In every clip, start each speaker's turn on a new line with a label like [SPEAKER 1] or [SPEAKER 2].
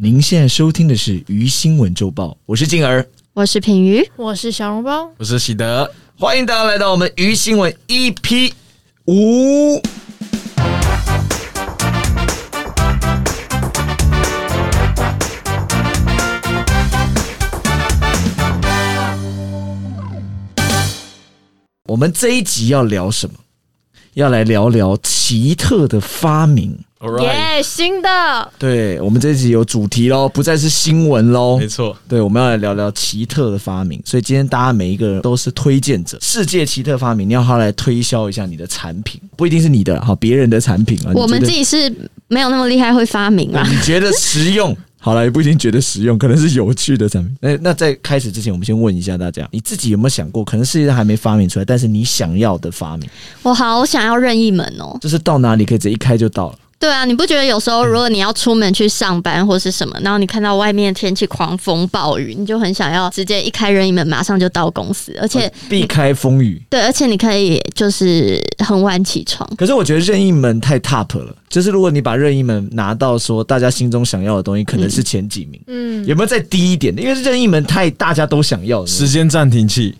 [SPEAKER 1] 您现在收听的是《鱼新闻周报》，我是静儿，
[SPEAKER 2] 我是品瑜，
[SPEAKER 3] 我是小笼
[SPEAKER 1] 啊
[SPEAKER 3] 包，
[SPEAKER 4] 我是喜德，
[SPEAKER 1] 欢迎大家来到我们《鱼新闻》EP 五。我们这一集要聊什么？要来聊聊奇特的发明。
[SPEAKER 4] ，All
[SPEAKER 3] 耶
[SPEAKER 4] right，
[SPEAKER 3] 新的
[SPEAKER 1] 对我们这一集有主题喽，不再是新闻喽
[SPEAKER 4] 没。错，
[SPEAKER 1] 对，我们要来聊聊奇特的发明，所以今天大家每一个人都是推荐者，世界奇特发明，你要好好来推销一下你的产品，不一定是你的哈，别人的产品啊。
[SPEAKER 2] 我们
[SPEAKER 1] 你
[SPEAKER 2] 自
[SPEAKER 1] 觉嗯
[SPEAKER 2] 己是没有那么厉害，会发明
[SPEAKER 1] 得
[SPEAKER 2] 啦。
[SPEAKER 1] 你觉得实用，好了，也不一定觉得实用，可能是有趣的产品。那那在开始之前，我们先问一下大家，你自己有没有想过，可能世界上还没发明出来，但是你想要的发明，
[SPEAKER 2] 我好想要任意门哦。
[SPEAKER 1] 就是到哪里可以直接一开就到了。
[SPEAKER 2] 对啊，你不觉得有时候如果你要出门去上班或是什么，然后你看到外面天气狂风暴雨，你就很想要直接一开任意门，马上就到公司，而且
[SPEAKER 1] 呃避开风雨，
[SPEAKER 2] 对，而且你可以就是很晚起床。
[SPEAKER 1] 可是我觉得任意门太 top 了，就是如果你把任意门拿到说大家心中想要的东西，可能是前几名，
[SPEAKER 3] 嗯
[SPEAKER 1] 有没有再低一点的？因为任意门太大家都想要了，
[SPEAKER 4] 时间暂停器，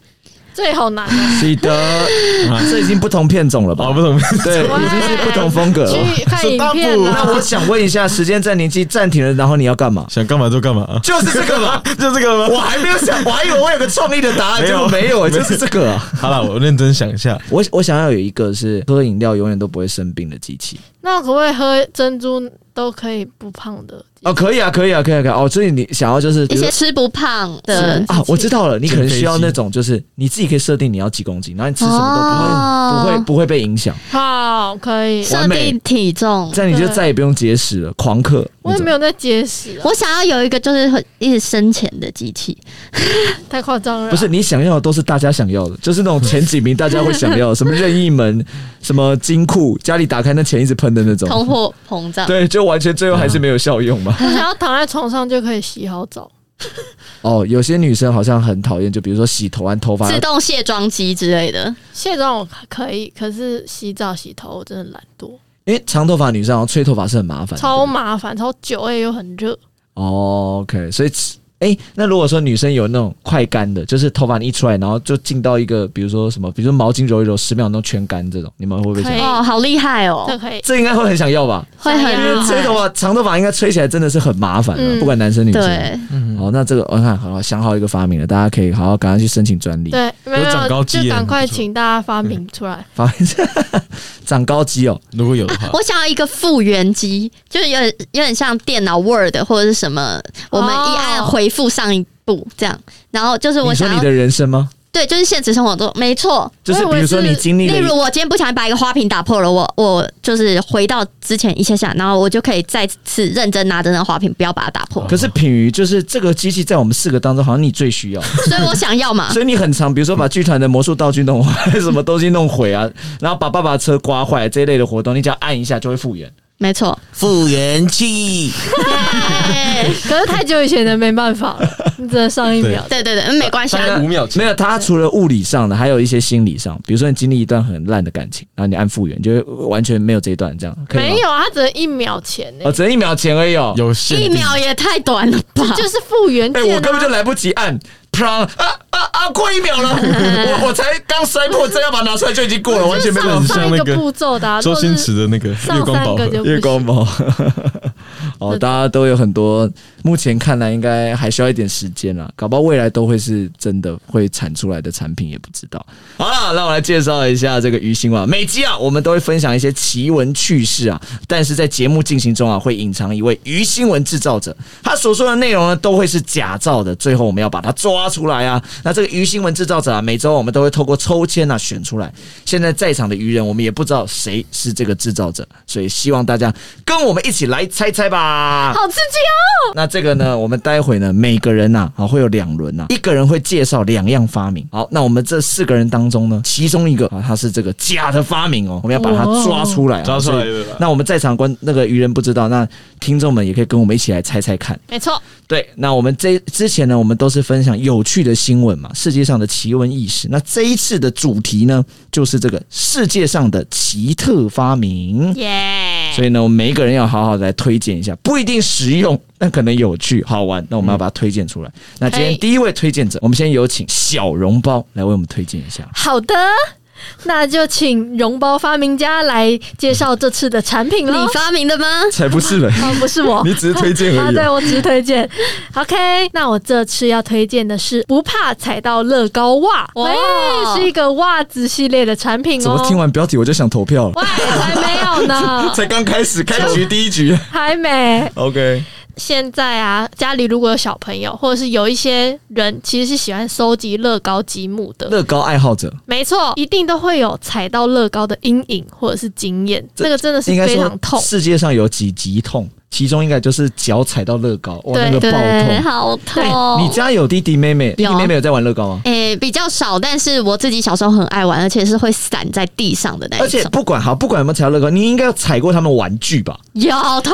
[SPEAKER 3] 最好难了，
[SPEAKER 1] 喜德，啊这已经啊不同片种了吧
[SPEAKER 4] 哦，？不懂，
[SPEAKER 1] 对，已经是不同风格了。
[SPEAKER 3] 去看影片啊
[SPEAKER 1] 那
[SPEAKER 3] 啦
[SPEAKER 1] 我。想问一下，时间暂停器暂停了，然后你要干嘛？
[SPEAKER 4] 想干嘛就干嘛，
[SPEAKER 1] 就是这个吧。
[SPEAKER 4] 就这个
[SPEAKER 1] 我
[SPEAKER 4] 吗？
[SPEAKER 1] 还没有想，我还以为我有个创意的答案，
[SPEAKER 4] 没
[SPEAKER 1] 结
[SPEAKER 4] 有
[SPEAKER 1] 果没有，
[SPEAKER 4] 没有
[SPEAKER 1] 就是这个啊。
[SPEAKER 4] 好了，我认真想一下，
[SPEAKER 1] 我我想要有一个是喝饮料永远都不会生病的机器。
[SPEAKER 3] 那可不可以喝珍珠都可以不胖的？
[SPEAKER 1] 哦，可以啊，可以啊，可以啊，可以啊。哦，所以你想要就是比
[SPEAKER 2] 一
[SPEAKER 1] 如说
[SPEAKER 2] 些吃不胖的
[SPEAKER 1] 啊，我知道了，你可能需要
[SPEAKER 4] 减肥机
[SPEAKER 1] 那种，就是你自己可以设定你要几公斤，然后你吃什么都不会、
[SPEAKER 2] 哦
[SPEAKER 1] 不会不会被影响，
[SPEAKER 3] 好，可以。
[SPEAKER 2] 设定体重，
[SPEAKER 1] 这样你就再也不用节食了，狂克。
[SPEAKER 3] 我也没有在节食啊，
[SPEAKER 2] 我想要有一个就是会一直生钱的机器，
[SPEAKER 3] 太夸张了。
[SPEAKER 1] 不是，你想要的都是大家想要的，就是那种前几名大家会想 要的，什么任意门、什么金库，家里打开那钱一直喷的那种，
[SPEAKER 2] 通货膨胀。
[SPEAKER 1] 对，就完全最后还是没有效用嘛。
[SPEAKER 3] 我想要躺在床上就可以洗好澡，
[SPEAKER 1] 哦，有些女生好像很讨厌，就比如说洗头啊完头发
[SPEAKER 2] 自动卸妆机之类的，
[SPEAKER 3] 卸妆我可以，可是洗澡洗头我真的懒惰，
[SPEAKER 1] 因为长头发女生好像吹头发是很麻烦的，
[SPEAKER 3] 超麻烦，超久哎又很热。
[SPEAKER 1] 哦，OK，所以哎、那如果说女生有那种快干的，就是头发你一出来，然后就进到一个，比如说什么，比如说毛巾揉一揉，十秒钟全干这种，你们会不会想
[SPEAKER 3] 可以？
[SPEAKER 2] 哦，好厉害
[SPEAKER 3] 这
[SPEAKER 2] 哦，
[SPEAKER 3] 可以，
[SPEAKER 1] 这应该会很想要吧？
[SPEAKER 2] 会很
[SPEAKER 3] 想要
[SPEAKER 2] 厉
[SPEAKER 1] 吹头
[SPEAKER 2] 害。
[SPEAKER 1] 发长头发应该吹起来真的是很麻烦的，
[SPEAKER 3] 嗯
[SPEAKER 1] 不管男生女生。
[SPEAKER 2] 对，
[SPEAKER 1] 好，那这个我看好好想好一个发明了，大家可以好好赶快去申请专利，
[SPEAKER 3] 对，没有
[SPEAKER 4] 有长
[SPEAKER 3] 没有，
[SPEAKER 4] 高肌
[SPEAKER 3] 就
[SPEAKER 4] 耶
[SPEAKER 3] 赶快
[SPEAKER 4] 不错
[SPEAKER 3] 请大家发明出来。
[SPEAKER 1] 发明 长高肌哦。
[SPEAKER 4] 如果有的话，
[SPEAKER 2] 我想要一个复原机，就是有点有点像电脑 Word 或者是什么，我们一按回复上一步这样，然后就是我
[SPEAKER 1] 你说
[SPEAKER 2] 想
[SPEAKER 1] 你
[SPEAKER 2] 要
[SPEAKER 1] 的人生吗？
[SPEAKER 2] 对，就是现实生活中没错。
[SPEAKER 1] 就是
[SPEAKER 3] 我
[SPEAKER 1] 比
[SPEAKER 3] 以为
[SPEAKER 1] 如说你
[SPEAKER 3] 是
[SPEAKER 1] 经历
[SPEAKER 2] 例
[SPEAKER 1] 了
[SPEAKER 2] 如，我今天不小心把一个花瓶打破了，我我就是回到之前一下下，然后我就可以再次认真拿着那个花瓶，不要把它打破
[SPEAKER 1] 一，。可是品瑜就是这个机器在我们四个当中，好像你最需要。
[SPEAKER 2] 所以我想 要嘛，
[SPEAKER 1] 所以你很常，比如说把剧团的魔术道具弄坏， 什么东西弄毁啊，然后把爸爸车刮坏这一类的活动，你只要按一下就会复原。
[SPEAKER 2] 没错。
[SPEAKER 4] 复原器，
[SPEAKER 3] 可是太久以前的没办法了，你只能上一秒。
[SPEAKER 2] 对对对，嗯没关系啊，
[SPEAKER 4] 五秒前
[SPEAKER 1] 没有，它除了物理上的，还有一些心理上，比如说你经历一段很烂的感情，然后你按复原，就会完全没有这一段这样。可以吗
[SPEAKER 3] 没，有啊，它只能一秒前欸呢、
[SPEAKER 1] 哦，只能一秒前而已哦。
[SPEAKER 4] 有限
[SPEAKER 2] 一
[SPEAKER 4] 定
[SPEAKER 2] 秒也太短了 吧？
[SPEAKER 3] 就是复原
[SPEAKER 1] 哎、
[SPEAKER 3] 键、啊
[SPEAKER 1] 我根本就来不及按，砰啊啊啊！过一 秒了，我我才刚摔破，正要把它拿出来就已经过了，完全没办法
[SPEAKER 3] 上。上一
[SPEAKER 4] 像那
[SPEAKER 3] 个
[SPEAKER 4] 个
[SPEAKER 3] 步骤的、啊，
[SPEAKER 4] 周
[SPEAKER 3] 都
[SPEAKER 4] 星驰
[SPEAKER 3] 是
[SPEAKER 4] 的那个
[SPEAKER 3] 上
[SPEAKER 4] 月光宝
[SPEAKER 3] 三
[SPEAKER 4] 盒
[SPEAKER 3] 个，就
[SPEAKER 1] 月光宝。 哦，大家都有很多，目前看来应该还需要一点时间啦，搞不好未来都会是真的会产出来的产品，也不知道。好了，那我来介绍一下这个鱼腥啊，每集啊我们都会分享一些奇闻趣事啊，但是在节目进行中啊会隐藏一位鱼新闻制造者，他所说的内容呢都会是假造的，最后我们要把它抓出来啊。那这个鱼新闻制造者啊，每周我们都会透过抽签啊选出来，现在在场的鱼人我们也不知道谁是这个制造者，所以希望大家跟我们一起来猜猜吧。
[SPEAKER 3] 好刺激哦
[SPEAKER 1] 那这个呢，我们待会呢，每个人呐、啊，会有两轮呐、一个人会介绍两样发明。好，那我们这四个人当中呢，其中一个啊，他是这个假的发明哦，我们要把它抓出来、啊，
[SPEAKER 4] 嗯抓出
[SPEAKER 1] 所
[SPEAKER 4] 来
[SPEAKER 1] 以
[SPEAKER 4] 的啦，
[SPEAKER 1] 那我们在场观那个愚人不知道，那听众们也可以跟我们一起来猜猜看。
[SPEAKER 3] 没错，
[SPEAKER 1] 对，那我们这之前呢，我们都是分享有趣的新闻嘛，世界上的奇闻异事。那这一次的主题呢，就是这个世界上的奇特发明。
[SPEAKER 3] 耶、
[SPEAKER 1] 所以呢，我们每一个人要好好地来推荐一下，不一定实用，但可能有趣好玩。那我们要把它推荐出来。那今
[SPEAKER 3] 可
[SPEAKER 1] 天
[SPEAKER 3] 以
[SPEAKER 1] 第一位推荐者，我们先有请小笼包来为我们推荐一 下。
[SPEAKER 3] 好的，那就请绒包发明家来介绍这次的产品喽
[SPEAKER 2] 你。发明的吗？
[SPEAKER 1] 才不是嘞，
[SPEAKER 3] 哦，不是我，
[SPEAKER 4] 你只是推荐而
[SPEAKER 3] 啊，
[SPEAKER 4] 已
[SPEAKER 3] 对
[SPEAKER 4] 哦。，
[SPEAKER 3] 我只是推荐。OK，那我这次要推荐的是不怕踩到乐高袜，
[SPEAKER 2] 哇
[SPEAKER 3] 哇、是一个袜子系列的产品
[SPEAKER 1] 怎
[SPEAKER 3] 哦
[SPEAKER 1] 么。听完标题我就想投 票了？
[SPEAKER 3] 喂，还没有呢
[SPEAKER 4] 才刚开始，开局第一 局。
[SPEAKER 3] 还没。
[SPEAKER 4] OK，
[SPEAKER 3] 现在啊，家里如果有小朋友，或者是有一些人其实是喜欢收集乐高积木的，
[SPEAKER 1] 乐高爱好者
[SPEAKER 3] 没错，一定都会有踩到乐高的阴影或者是经验，那个真的是
[SPEAKER 1] 应该
[SPEAKER 3] 非
[SPEAKER 1] 说
[SPEAKER 3] 常痛。
[SPEAKER 1] 世界上有几级痛，其中应该就是脚踩到乐高，哇，
[SPEAKER 3] 对
[SPEAKER 1] 那个爆
[SPEAKER 2] 对，
[SPEAKER 1] 痛。
[SPEAKER 2] 好
[SPEAKER 1] 哎
[SPEAKER 2] 痛。
[SPEAKER 1] 你家有弟弟妹妹？弟弟
[SPEAKER 2] 有
[SPEAKER 1] 妹妹有在玩乐高吗？
[SPEAKER 2] 诶、比较少，但是我自己小时候很爱玩，而且是会散在地上的那
[SPEAKER 1] 而
[SPEAKER 2] 一
[SPEAKER 1] 且
[SPEAKER 2] 种，
[SPEAKER 1] 不管好，不管有没有踩到乐高，你应该有踩过他们玩具吧？
[SPEAKER 2] 有 痛。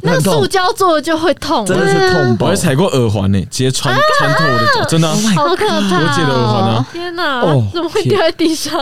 [SPEAKER 3] 那
[SPEAKER 1] 很
[SPEAKER 3] 个
[SPEAKER 1] 痛
[SPEAKER 3] 塑胶做的就会痛，
[SPEAKER 1] 真的是痛
[SPEAKER 4] 我
[SPEAKER 1] 爆
[SPEAKER 4] 还！踩过耳环呢，直接
[SPEAKER 3] 啊
[SPEAKER 4] 穿穿透我的脚，真的啊。
[SPEAKER 2] 好可怕、
[SPEAKER 4] 我姐的耳环
[SPEAKER 2] 哦
[SPEAKER 4] 啊！
[SPEAKER 3] 天哪、
[SPEAKER 1] 哦
[SPEAKER 3] 怎么会掉在地上？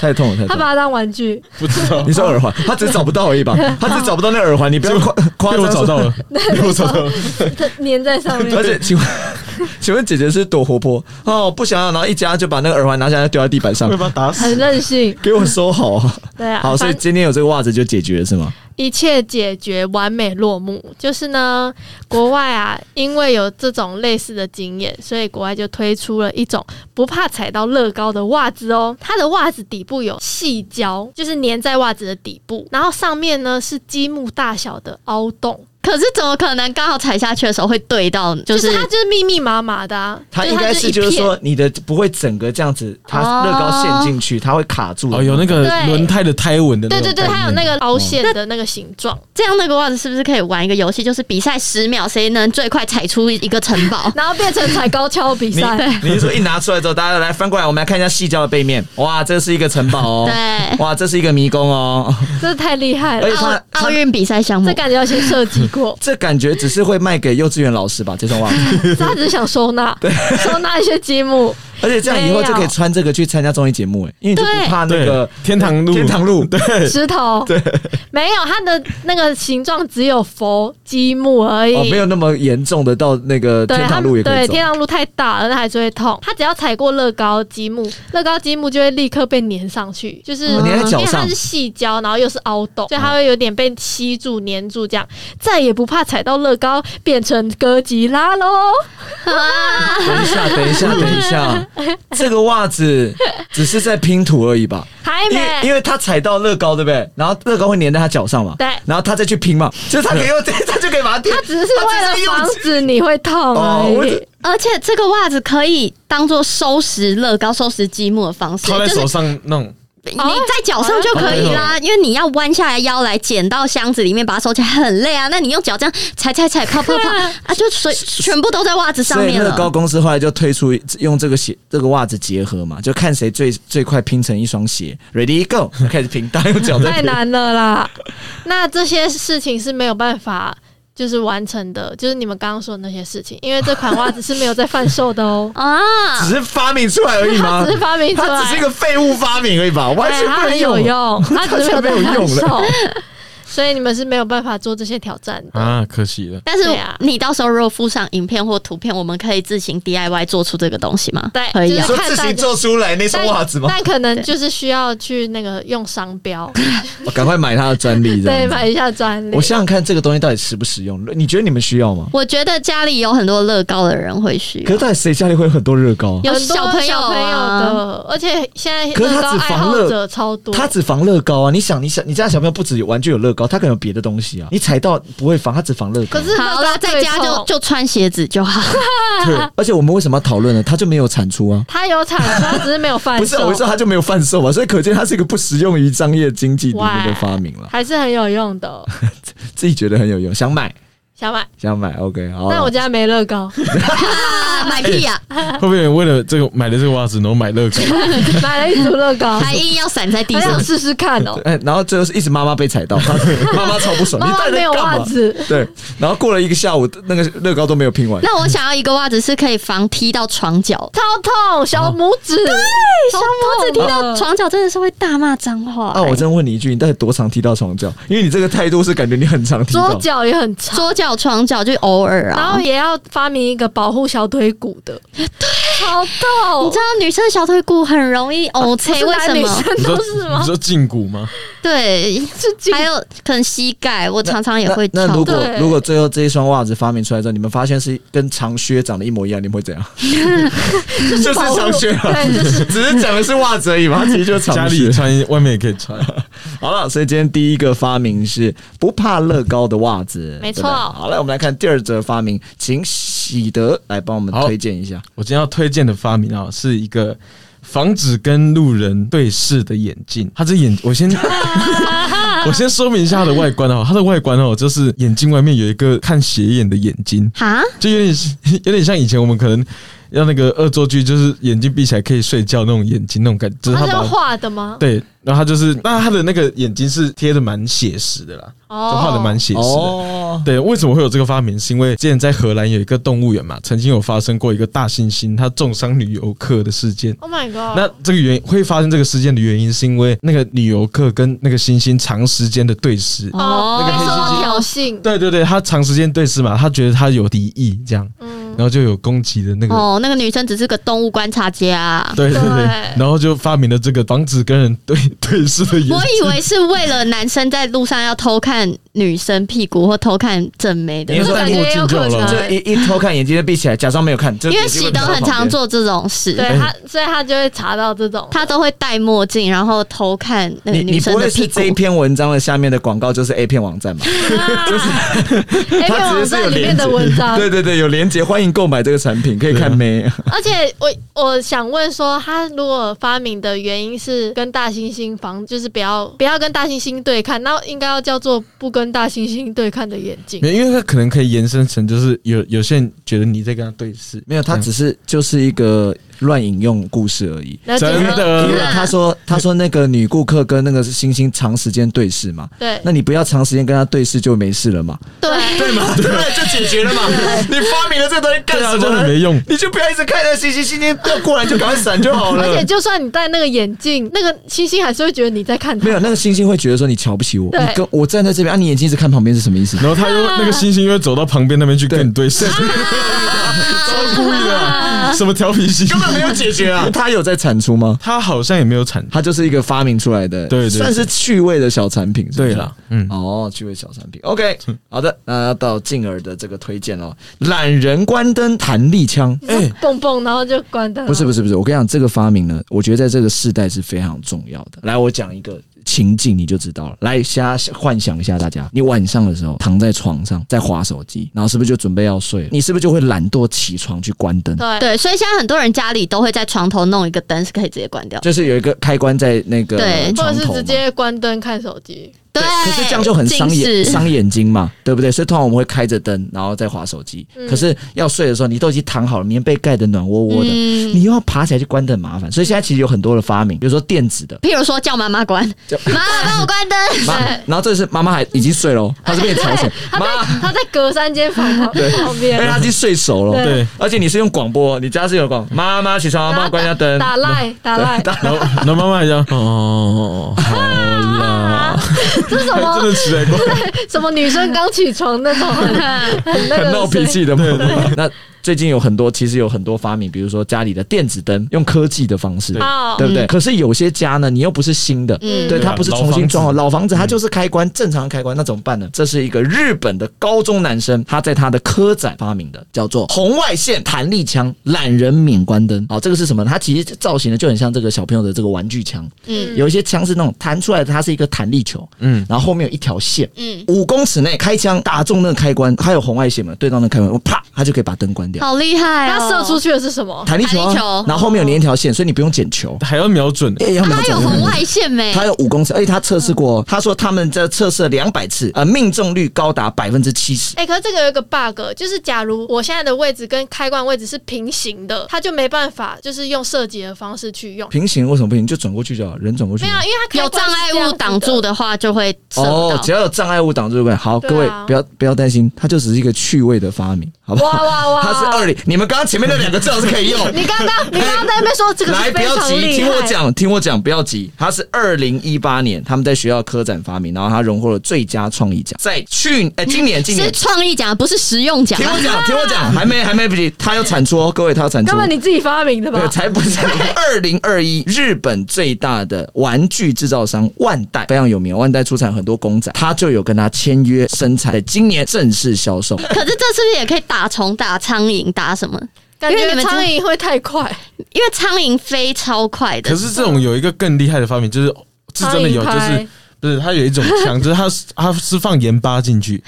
[SPEAKER 1] 太痛了，太
[SPEAKER 3] 他
[SPEAKER 1] 痛
[SPEAKER 3] 把
[SPEAKER 1] 了。
[SPEAKER 3] 它当玩 具，
[SPEAKER 4] 不知道
[SPEAKER 1] 你，说耳环，他只是找不到而已 吧？他只是找不到那耳环，你不要夸 夸
[SPEAKER 4] 被
[SPEAKER 1] 张
[SPEAKER 4] 我
[SPEAKER 1] 说
[SPEAKER 4] 找到。 了，被我找到了。
[SPEAKER 3] 它粘在上面
[SPEAKER 1] 而。且，请问， 请问姐姐是多活泼哦？不想要，然后一夹就把那个耳环拿下来丢在地 板上
[SPEAKER 4] 会，把他打死
[SPEAKER 3] 很。任性，
[SPEAKER 1] 给我收好啊！
[SPEAKER 3] 对啊，
[SPEAKER 1] 好，所以
[SPEAKER 3] 反正
[SPEAKER 1] 今天有这个袜子就解决了是吗？
[SPEAKER 3] 一切解决，完美落幕。就是呢，国外啊，因为有这种类似的经验，所以国外就推出了一种不怕踩到乐高的袜子哦。它的袜子底部有细胶，就是粘在袜子的底部，然后上面呢是积木大小的凹洞，
[SPEAKER 2] 可是怎么可能刚好踩下去的时候会对到？就
[SPEAKER 3] 就是是它就是密密麻麻的、啊，
[SPEAKER 1] 它
[SPEAKER 3] 就是
[SPEAKER 1] 应该
[SPEAKER 3] 就是一
[SPEAKER 1] 就是
[SPEAKER 3] 片
[SPEAKER 1] 说你的不会整个这样子，它
[SPEAKER 2] 哦
[SPEAKER 1] 乐高陷进去，它会卡住。
[SPEAKER 4] 哦，有那个
[SPEAKER 3] 对
[SPEAKER 4] 轮胎的胎纹的，
[SPEAKER 3] 对对对，它有那个凹陷的那个形状。？
[SPEAKER 1] 嗯
[SPEAKER 2] 这样，那个袜子是不是可以玩一个游戏，就是比赛十秒，谁能最快踩出一个城堡
[SPEAKER 3] 然后变成踩高跷比
[SPEAKER 1] 你
[SPEAKER 3] 赛，
[SPEAKER 1] 你是说一拿出来之后，大家来翻过来，我们来看一下细胶的背 面。哇，这是一个城堡 哦。
[SPEAKER 2] 对
[SPEAKER 1] 哇，这是一个迷宫哦。
[SPEAKER 3] 这太厉害
[SPEAKER 1] 而
[SPEAKER 3] 了
[SPEAKER 1] 且！它
[SPEAKER 2] 奥
[SPEAKER 1] 它，
[SPEAKER 2] 奥运比赛项目
[SPEAKER 3] 这，感觉要先设计过
[SPEAKER 1] 这感觉只是会卖给幼稚园老师吧？这双袜子，
[SPEAKER 3] 他只是想收纳，收纳一些积木。
[SPEAKER 1] 而且这样以后
[SPEAKER 3] 没有
[SPEAKER 1] 就可以穿这个去参加综艺节目，哎，因为你就不怕那
[SPEAKER 4] 对
[SPEAKER 1] 个
[SPEAKER 4] 天堂路，
[SPEAKER 1] 天堂路。对，
[SPEAKER 3] 石头，对，没有它的那个形状只有佛积木而已，
[SPEAKER 1] 哦，没有那么严重的到那个
[SPEAKER 3] 对
[SPEAKER 1] 天堂路也可
[SPEAKER 3] 它
[SPEAKER 1] 以
[SPEAKER 3] 对
[SPEAKER 1] 走。
[SPEAKER 3] 天堂路太大了，那还是会痛。它只要踩过乐高积木，乐高积木就会立刻被粘上去，就是、
[SPEAKER 1] 哦粘在脚上
[SPEAKER 3] 因为它是细胶，然后又是凹洞，所以它会有点被吸住、粘住，这样再也不怕踩到乐高变成哥吉拉喽。
[SPEAKER 1] 等一下，等一下，等一下， 这个袜子只是在拼图而已吧？
[SPEAKER 3] 还
[SPEAKER 1] 因为
[SPEAKER 3] 没，
[SPEAKER 1] 因为他踩到乐高，对不对？然后乐高会粘在他脚上嘛？
[SPEAKER 3] 对
[SPEAKER 1] 然后他再去拼嘛，就是他可以用， 他就可以把它贴。
[SPEAKER 3] 它只是为了防止你会痛
[SPEAKER 1] 哦
[SPEAKER 3] 而
[SPEAKER 1] 我
[SPEAKER 3] 已
[SPEAKER 1] 只。
[SPEAKER 2] 而且这个袜子可以当做收拾乐高、收拾积木的方式，
[SPEAKER 4] 套在
[SPEAKER 2] 就是
[SPEAKER 4] 手上弄，
[SPEAKER 2] 你在脚上就可以啦，因为你要弯下来腰来捡到箱子里面，把它收起来很累啊。那你用脚这样踩踩踩、泡泡泡啊，就随全部都在袜子上
[SPEAKER 1] 所以
[SPEAKER 2] 面
[SPEAKER 1] 乐高
[SPEAKER 2] 了。，
[SPEAKER 1] 公司后来就推出用这个鞋、这个袜子结合嘛，就看谁最最快拼成一双鞋。Ready go，开始拼，大家用脚在
[SPEAKER 3] 太
[SPEAKER 1] 拼。
[SPEAKER 3] 难了啦！那这些事情是没有办法就是完成的，就是你们刚刚说的那些事情，因为这款袜子是没有在贩售 的哦
[SPEAKER 2] 啊
[SPEAKER 1] 只！是发明出来而已吗
[SPEAKER 3] 它啊只？是发明出
[SPEAKER 1] 它
[SPEAKER 3] 来，
[SPEAKER 1] 只是一个废物发明而已吧，完
[SPEAKER 3] 对
[SPEAKER 1] 全
[SPEAKER 3] 它
[SPEAKER 1] 不能
[SPEAKER 3] 很有
[SPEAKER 1] 用。
[SPEAKER 3] 用，它只是没有在
[SPEAKER 1] 它
[SPEAKER 3] 贩
[SPEAKER 1] 现在没有
[SPEAKER 3] 售，所以你们是没有办法做这些挑战的。
[SPEAKER 4] 啊，可惜了。
[SPEAKER 2] 但是
[SPEAKER 3] 对啊
[SPEAKER 2] 你到时候如果附上影片或图片，我们可以自行 DIY 做出这个东西吗？
[SPEAKER 3] 对
[SPEAKER 2] 可以
[SPEAKER 1] 你
[SPEAKER 2] 啊
[SPEAKER 1] 说自行做出来那双
[SPEAKER 3] 但
[SPEAKER 1] 袜子吗？
[SPEAKER 3] 但可能就是需要去那个用商标，
[SPEAKER 1] 我赶快买它的专利，这
[SPEAKER 3] 对，
[SPEAKER 1] 样子。
[SPEAKER 3] 买一下专利
[SPEAKER 1] 我。想想看，这个东西到底实不实用？你觉得你们需要吗？
[SPEAKER 2] 我觉得家里有很多乐高的人会需
[SPEAKER 1] 可
[SPEAKER 2] 要
[SPEAKER 1] 是，到底谁家里会有很多乐高啊？
[SPEAKER 2] 有
[SPEAKER 3] 很多
[SPEAKER 2] 小朋友
[SPEAKER 3] 小朋友
[SPEAKER 2] 啊
[SPEAKER 3] 的，而且现在
[SPEAKER 1] 可是它
[SPEAKER 3] 乐高
[SPEAKER 1] 只
[SPEAKER 3] 爱
[SPEAKER 1] 防
[SPEAKER 3] 好
[SPEAKER 1] 乐
[SPEAKER 3] 者超多，
[SPEAKER 1] 他只防乐高啊！你想，你想，你家小朋友不止有玩具有乐高，他可能有别的东西啊。你踩到不会防，他只防乐高。
[SPEAKER 3] 可是啊
[SPEAKER 2] 好
[SPEAKER 3] 乐
[SPEAKER 2] 啦，
[SPEAKER 3] 高
[SPEAKER 2] 在家
[SPEAKER 3] 最
[SPEAKER 2] 就
[SPEAKER 3] 痛
[SPEAKER 2] 就穿鞋子就 好。
[SPEAKER 1] 而且我们为什么要讨论呢？他就没有产出啊。
[SPEAKER 3] 它有产出，它只是没有 贩
[SPEAKER 1] 不是啊，
[SPEAKER 3] 售
[SPEAKER 1] 我，说他就没有贩售啊，所以可见他是一个不实用于 商业经济里面的发明了。
[SPEAKER 3] 还是很有用的。
[SPEAKER 1] 自己觉得很有用，想买。
[SPEAKER 3] 想买，
[SPEAKER 1] 想买 OK 好。
[SPEAKER 3] 但我家没乐高，
[SPEAKER 2] 啊买屁呀、
[SPEAKER 4] 会不会有人为了这个买了这个袜子，然后买乐高？
[SPEAKER 3] 买了一组乐高，
[SPEAKER 2] 还硬要散在地
[SPEAKER 3] 还想
[SPEAKER 2] 上。
[SPEAKER 3] 试试看哦。
[SPEAKER 1] 哎，然后最后是一直妈妈被踩到， 妈妈超不爽，
[SPEAKER 3] 妈
[SPEAKER 1] 你到
[SPEAKER 3] 妈
[SPEAKER 1] 底
[SPEAKER 3] 没
[SPEAKER 1] 在
[SPEAKER 3] 有
[SPEAKER 1] 干
[SPEAKER 3] 袜
[SPEAKER 1] 嘛？
[SPEAKER 3] 子，
[SPEAKER 1] 对，然后过了一个下午，那个乐高都没有拼完。
[SPEAKER 2] 那我想要一个袜子是可以防踢到床脚，
[SPEAKER 3] 超痛，小拇指，
[SPEAKER 2] 小拇指踢到床脚真的是会大骂脏话、
[SPEAKER 1] 啊！我真问你一句，你到底多常踢到床脚？因为你这个态度是感觉你很常踢
[SPEAKER 3] 桌
[SPEAKER 1] 到。
[SPEAKER 3] 角也很长，
[SPEAKER 2] 桌脚床脚就偶尔
[SPEAKER 3] 然
[SPEAKER 2] 啊
[SPEAKER 3] 后。也要发明一个保护小腿骨的，对，好
[SPEAKER 2] 你
[SPEAKER 3] 痛
[SPEAKER 2] 知。道女生的小腿骨很容易凹
[SPEAKER 3] 呃不
[SPEAKER 2] 垂，
[SPEAKER 3] 是
[SPEAKER 2] 为什
[SPEAKER 3] 男女
[SPEAKER 2] 么？
[SPEAKER 3] 生
[SPEAKER 4] 你说
[SPEAKER 3] 都是
[SPEAKER 4] 你
[SPEAKER 3] 吗？
[SPEAKER 4] 说胫骨吗？
[SPEAKER 2] 对，
[SPEAKER 3] 是筋
[SPEAKER 2] 还有可能膝盖，我常常也会
[SPEAKER 1] 那那
[SPEAKER 2] 翘
[SPEAKER 1] 如果
[SPEAKER 3] 对
[SPEAKER 1] 如果最后这一双袜子发明出来之后，你们发现是跟长靴长得一模一样，你们会 怎样？ 就是长靴啊，
[SPEAKER 3] 对，就是
[SPEAKER 1] 只是讲的是袜子而已嘛，它其实就是
[SPEAKER 4] 家
[SPEAKER 1] 长靴
[SPEAKER 4] 里。穿，外面也可以穿。
[SPEAKER 1] 好了，所以今天第一个发明是不怕乐高的袜子，
[SPEAKER 3] 没
[SPEAKER 1] 对
[SPEAKER 3] 错
[SPEAKER 1] 不对好来，我们来看第二则发明，请喜德来帮我们
[SPEAKER 4] 好
[SPEAKER 1] 推荐一下。
[SPEAKER 4] 我今天要推荐的发明啊，是一个防止跟路人对视的眼镜。它这眼， 我先我先说明一下它的外观哦。它的外观哦，就是眼镜外面有一个看斜眼的眼睛，
[SPEAKER 2] 哈，
[SPEAKER 4] 就有点有点像以前我们可能要那个恶作剧，就是眼睛闭起来可以睡觉那种眼睛那种感觉，就是
[SPEAKER 3] 他
[SPEAKER 4] 它
[SPEAKER 3] 是
[SPEAKER 4] 把
[SPEAKER 3] 要
[SPEAKER 4] 它
[SPEAKER 3] 画的吗？
[SPEAKER 4] 对，然后它就是，那它的那个眼睛是贴的蛮写实的啦，就
[SPEAKER 3] 哦，
[SPEAKER 4] 画的蛮写实的。
[SPEAKER 1] 哦，
[SPEAKER 4] 对，为什么会有这个发明？是因为之前在荷兰有一个动物园嘛，曾经有发生过一个大猩猩它重伤女游客的事件。
[SPEAKER 3] Oh my god！
[SPEAKER 4] 那这个原会发生这个事件的原因，是因为那个女游客跟那个猩猩长时间的对视。
[SPEAKER 3] 哦，
[SPEAKER 2] 那
[SPEAKER 3] 被
[SPEAKER 2] 个
[SPEAKER 3] 受到
[SPEAKER 4] 黑猩猩
[SPEAKER 3] 挑衅，
[SPEAKER 4] 对对对，她长时间对视嘛，她觉得她有敌意，这样，
[SPEAKER 3] 嗯
[SPEAKER 4] 然，后就有攻击的那
[SPEAKER 1] 嗯
[SPEAKER 4] 个。
[SPEAKER 2] 哦，那个女生只是个动物观察家。
[SPEAKER 4] 对对
[SPEAKER 3] 对
[SPEAKER 4] 对，然后就发明了这个防止跟人对 对视的眼
[SPEAKER 2] 我
[SPEAKER 4] 镜。
[SPEAKER 2] 以为是为了男生在路上要偷看女生屁股或偷看正妹的
[SPEAKER 1] 你，
[SPEAKER 3] 这
[SPEAKER 1] 说
[SPEAKER 3] 感
[SPEAKER 4] 墨
[SPEAKER 3] 觉也有
[SPEAKER 4] 镜就
[SPEAKER 3] 可
[SPEAKER 4] 好了
[SPEAKER 1] 就
[SPEAKER 3] 能。啊
[SPEAKER 1] 一一偷看眼睛就闭起来，假装没有看，就
[SPEAKER 2] 因为
[SPEAKER 1] 眼睛
[SPEAKER 2] 喜
[SPEAKER 1] 会
[SPEAKER 2] 德
[SPEAKER 1] 飘到
[SPEAKER 2] 很
[SPEAKER 1] 旁
[SPEAKER 2] 常
[SPEAKER 1] 边。
[SPEAKER 2] 做这种事，
[SPEAKER 3] 对他，所以他就会查到这 种。
[SPEAKER 2] 他都会戴墨镜，然后偷看那个
[SPEAKER 1] 你
[SPEAKER 2] 女
[SPEAKER 1] 你不
[SPEAKER 2] 生
[SPEAKER 1] 会
[SPEAKER 2] 的
[SPEAKER 1] 是
[SPEAKER 2] 屁股
[SPEAKER 1] 这。一篇文章的下面的广告就是 A 片网站 吧？
[SPEAKER 3] 啊 A 片
[SPEAKER 1] 他
[SPEAKER 3] 网
[SPEAKER 1] 只是有
[SPEAKER 3] 站里
[SPEAKER 1] 连
[SPEAKER 3] 面
[SPEAKER 1] 接
[SPEAKER 3] 的文章，
[SPEAKER 1] 对对对，有连接，欢迎购买这个产品，可以看妹。
[SPEAKER 4] 啊
[SPEAKER 3] 而且我我想问说，他如果发明的原因是跟大猩猩防，就是不要不要跟大猩猩对看，那应该要叫做不跟大猩猩对看的眼镜。
[SPEAKER 4] 没有，因为它可能可以延伸成，就是有有些人觉得你在跟他对视，
[SPEAKER 1] 没有，他
[SPEAKER 4] 这样
[SPEAKER 1] 只是就是一个乱引用故事而已。
[SPEAKER 3] 了解
[SPEAKER 4] 真
[SPEAKER 3] 了
[SPEAKER 4] 的
[SPEAKER 1] 因为他说他说那个女顾客跟那个星星长时间对视嘛，
[SPEAKER 3] 对
[SPEAKER 1] 那你不要长时间跟他对视就没事了嘛，
[SPEAKER 2] 对，
[SPEAKER 1] 对 嘛？对不对？就解决了嘛。你发明了这东西干
[SPEAKER 4] 对啊，
[SPEAKER 1] 什
[SPEAKER 4] 真
[SPEAKER 1] 么
[SPEAKER 4] 的
[SPEAKER 1] 呢？
[SPEAKER 4] 没用。
[SPEAKER 1] 你就不要一直看那星星，星星要过来就赶快闪就好
[SPEAKER 3] 而
[SPEAKER 1] 了
[SPEAKER 3] 且。就算你戴那个眼镜，那个猩猩还是会觉得你在看他。
[SPEAKER 1] 没有那个星星会觉得说你瞧不起我，
[SPEAKER 3] 对
[SPEAKER 1] 你跟我站在这边啊，你眼睛一直看旁边是什么意 思？
[SPEAKER 4] 然后他又那个猩猩又会走到旁边那边去跟你对视，超故意的啊，什么调皮猩
[SPEAKER 1] 根
[SPEAKER 4] 猩，
[SPEAKER 1] 本没有解决啊！ 他有在产出吗？
[SPEAKER 4] 他好像也没有产。
[SPEAKER 1] 他就是一个发明出来的，
[SPEAKER 4] 对对对
[SPEAKER 1] 算是趣味的小产品。是不是
[SPEAKER 4] 对啦，嗯，
[SPEAKER 1] 哦，趣味小产品。OK，好的，那要到静儿的这个推荐喽，懒人关灯弹力枪。
[SPEAKER 4] 哎，
[SPEAKER 3] 蹦蹦，然后就关灯了。
[SPEAKER 1] 不是不是不是，我跟你讲，这个发明呢，我觉得在这个世代是非常重要的。来，我讲一个情境，你就知道了。来，瞎幻想一下，大家，你晚上的时候躺在床上在划手机，然后是不是就准备要睡了？你是不是就会懒惰起床去关灯？
[SPEAKER 3] 对
[SPEAKER 2] 对，所以现在很多人家里都会在床头弄一个灯，是可以直接关掉的。
[SPEAKER 1] 就是有一个开关在那个
[SPEAKER 2] 对
[SPEAKER 1] 床
[SPEAKER 3] 或
[SPEAKER 1] 头
[SPEAKER 3] 者是
[SPEAKER 1] 嘛
[SPEAKER 3] 直接关灯看手机。
[SPEAKER 2] 对，
[SPEAKER 1] 可是这样就很伤眼
[SPEAKER 2] 近视
[SPEAKER 1] 伤眼睛嘛，对不对？所以通常我们会开着灯，然后再划手机。
[SPEAKER 3] 嗯
[SPEAKER 1] 可是要睡的时候，你都已经躺好了，棉被盖得暖窝窝的，
[SPEAKER 2] 嗯
[SPEAKER 1] 你又要爬起来去关灯，很麻烦。所以现在其实有很多的发 明，比如说电子的，
[SPEAKER 2] 譬如说叫妈妈关，
[SPEAKER 1] 叫
[SPEAKER 2] 妈妈帮我关灯。
[SPEAKER 1] 妈， 然后这是妈妈还已经睡了哦，她是被你吵醒，
[SPEAKER 3] 他在
[SPEAKER 1] 妈，
[SPEAKER 3] 他在隔三间房旁旁
[SPEAKER 1] 因为
[SPEAKER 3] 边
[SPEAKER 1] 她已经睡熟了哦。
[SPEAKER 4] 对，
[SPEAKER 1] 而且你是用广播，你家是有广，妈妈起床，帮我关一下灯。
[SPEAKER 3] 打赖打赖，
[SPEAKER 4] 然后然后妈妈还讲 哦，好 啦，
[SPEAKER 3] 这是什
[SPEAKER 4] 还
[SPEAKER 3] 么
[SPEAKER 4] 真的起来过，
[SPEAKER 3] 什么女生刚起床那种很 很那个
[SPEAKER 1] 很闹脾
[SPEAKER 3] 声音。
[SPEAKER 1] 气的嘛。那最近有很多，其实有很多发明，比如说家里的电子灯，用科技的方式，
[SPEAKER 3] 哦
[SPEAKER 1] 对不对？
[SPEAKER 2] 嗯
[SPEAKER 1] 可是有些家呢，你又不是新的，
[SPEAKER 2] 嗯
[SPEAKER 1] 对，
[SPEAKER 4] 对啊
[SPEAKER 1] 它不是重新装好，老房子它
[SPEAKER 4] 嗯
[SPEAKER 1] 就是开关，正常开关，那怎么办呢？这是一个日本的高中男生，他在他的科展发明的，叫做红外线弹力枪懒人免关灯。哦好、这个是什么呢？它其实造型呢就很像这个小朋友的这个玩具枪，
[SPEAKER 2] 嗯
[SPEAKER 1] 有一些枪是那种弹出来的，它是一个弹力球，
[SPEAKER 4] 嗯，
[SPEAKER 1] 然后后面有一条线。
[SPEAKER 2] 嗯，
[SPEAKER 1] 五公尺内开枪打中那个开关，它有红外线嘛？对到那个开关，我啪，它就可以把灯关掉。
[SPEAKER 2] 好厉害、哦！
[SPEAKER 3] 它射出去的是什么？
[SPEAKER 1] 弹力球
[SPEAKER 2] 弹
[SPEAKER 1] 啊，
[SPEAKER 2] 力球
[SPEAKER 1] 然后后面有粘一条线，所以你不用捡球。
[SPEAKER 4] 还要瞄准，
[SPEAKER 1] 哎要瞄
[SPEAKER 2] 它
[SPEAKER 1] 准
[SPEAKER 2] 有红外线没？
[SPEAKER 1] 他有五公尺，而哎且他测试过，他说他们这测试两百次，呃，命中率高达百分之七十。
[SPEAKER 3] 哎、可是这个有一个 bug，就是假如我现在的位置跟开关位置是平行的，它就没办法就是用射击的方式去用。
[SPEAKER 1] 平行为什么不行？就转过去就好，人转过去
[SPEAKER 3] 没
[SPEAKER 1] 就
[SPEAKER 3] 有
[SPEAKER 1] 好。
[SPEAKER 3] 啊，因为它开
[SPEAKER 2] 有
[SPEAKER 3] 关
[SPEAKER 2] 障
[SPEAKER 3] 是
[SPEAKER 2] 碍
[SPEAKER 3] 这样
[SPEAKER 2] 物
[SPEAKER 3] 子
[SPEAKER 2] 挡住的话，就会射不
[SPEAKER 1] 哦，
[SPEAKER 2] 到。
[SPEAKER 1] 只要有障碍物挡住，对好，
[SPEAKER 3] 对
[SPEAKER 1] 各位
[SPEAKER 3] 啊
[SPEAKER 1] 不要不要担心，它就只是一个趣味的发明，好不好？
[SPEAKER 3] 哇哇哇！
[SPEAKER 1] 它是二零，你们刚刚前面那两个字是可以用。
[SPEAKER 3] 你刚刚你刚刚在那边说这个
[SPEAKER 1] 来，
[SPEAKER 3] 是
[SPEAKER 1] 不
[SPEAKER 3] 非
[SPEAKER 1] 要
[SPEAKER 3] 常
[SPEAKER 1] 急，
[SPEAKER 3] 厉
[SPEAKER 1] 听我
[SPEAKER 3] 害，
[SPEAKER 1] 讲，听我讲，不要急。它是二零一八年他们在学校科展发明，然后它荣获了最佳创意奖。在去呃今年今
[SPEAKER 2] 是
[SPEAKER 1] 年，
[SPEAKER 2] 创意奖，不是实用奖啊
[SPEAKER 1] 听。 我讲，听我讲，还没还没不及，它有产出哦，各位，它有产出。
[SPEAKER 3] 根本你自己发明的吧
[SPEAKER 1] 对，？才不 是！二零二一，日本最大的玩具制造商万代非常有名，万代出产很多公仔，他就有跟他签约生产，在今年正式销售。
[SPEAKER 2] 可是这是不是也可以打虫、打苍蝇、打什么？
[SPEAKER 3] 感
[SPEAKER 2] 因为
[SPEAKER 3] 觉
[SPEAKER 2] 你们
[SPEAKER 3] 苍
[SPEAKER 2] 真
[SPEAKER 3] 蝇会太快，
[SPEAKER 2] 因为苍蝇飞超快的
[SPEAKER 4] 可，是这种有一个更厉害的发明，就是是真的有，
[SPEAKER 3] 苍
[SPEAKER 4] 就
[SPEAKER 3] 蝇拍
[SPEAKER 4] 是不是它有一种枪，就是它是它是放盐巴进去，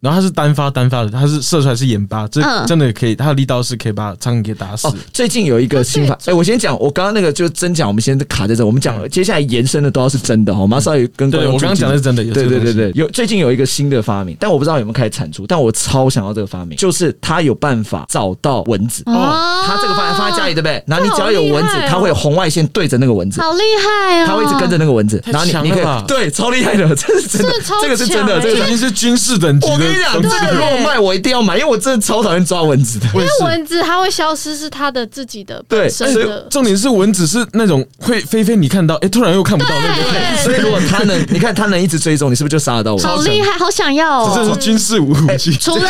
[SPEAKER 4] 然后它是单发单发的，它是射出来是盐巴，这
[SPEAKER 2] 嗯
[SPEAKER 4] 真的可以，它的力道是可以把苍蝇给打死
[SPEAKER 1] 哦。，最近有一个新法，哎、我先讲，我刚刚那个就真讲，我们先卡在这，我们讲接下来延伸的都要是真的哈，我们要稍微跟
[SPEAKER 4] 对，
[SPEAKER 1] 观
[SPEAKER 4] 我
[SPEAKER 1] 众
[SPEAKER 4] 刚刚讲的是真的，有
[SPEAKER 1] 对
[SPEAKER 4] 这个
[SPEAKER 1] 对
[SPEAKER 4] 东
[SPEAKER 1] 对
[SPEAKER 4] 西
[SPEAKER 1] 对，，有最近有一个新的发明，但我不知道有没有开始产出，但我超想要这个发明，就是它有办法找到蚊子。
[SPEAKER 2] 哦
[SPEAKER 1] 它这个发明放在家里，对不对？然后你只要有蚊子
[SPEAKER 3] 这好厉害，哦
[SPEAKER 1] 它会有红外线对着那个蚊子，
[SPEAKER 2] 好厉害哦！
[SPEAKER 1] 它会一直跟着那个蚊子，
[SPEAKER 4] 太
[SPEAKER 1] 然后你
[SPEAKER 4] 强
[SPEAKER 1] 你
[SPEAKER 4] 了
[SPEAKER 1] 可以
[SPEAKER 4] 吧
[SPEAKER 1] 对，超厉害的， 这是真的
[SPEAKER 3] 这超，
[SPEAKER 1] 这个是真的，
[SPEAKER 3] 强
[SPEAKER 1] 这
[SPEAKER 4] 这
[SPEAKER 1] 个是。
[SPEAKER 4] 已经是军事等级
[SPEAKER 1] 我跟你
[SPEAKER 4] 的
[SPEAKER 1] 讲，
[SPEAKER 4] 东
[SPEAKER 1] 这
[SPEAKER 4] 西。
[SPEAKER 1] 个如果卖我一定要买，因为我真的超讨厌抓蚊子的。
[SPEAKER 4] 我也
[SPEAKER 3] 因为
[SPEAKER 4] 是。
[SPEAKER 3] 蚊子它会消失，是它的自己的
[SPEAKER 1] 对
[SPEAKER 3] 本身
[SPEAKER 1] 所以
[SPEAKER 3] 的。
[SPEAKER 4] 重点是蚊子是那种会飞飞，你看到，哎、突然又看不到那种，
[SPEAKER 1] 对，所以如果它能，你看它能一直追踪，你是不是就杀得到蚊子？
[SPEAKER 2] 好厉害，好哦想要
[SPEAKER 4] 这
[SPEAKER 2] 哦！
[SPEAKER 4] 是军事武器。
[SPEAKER 2] 除了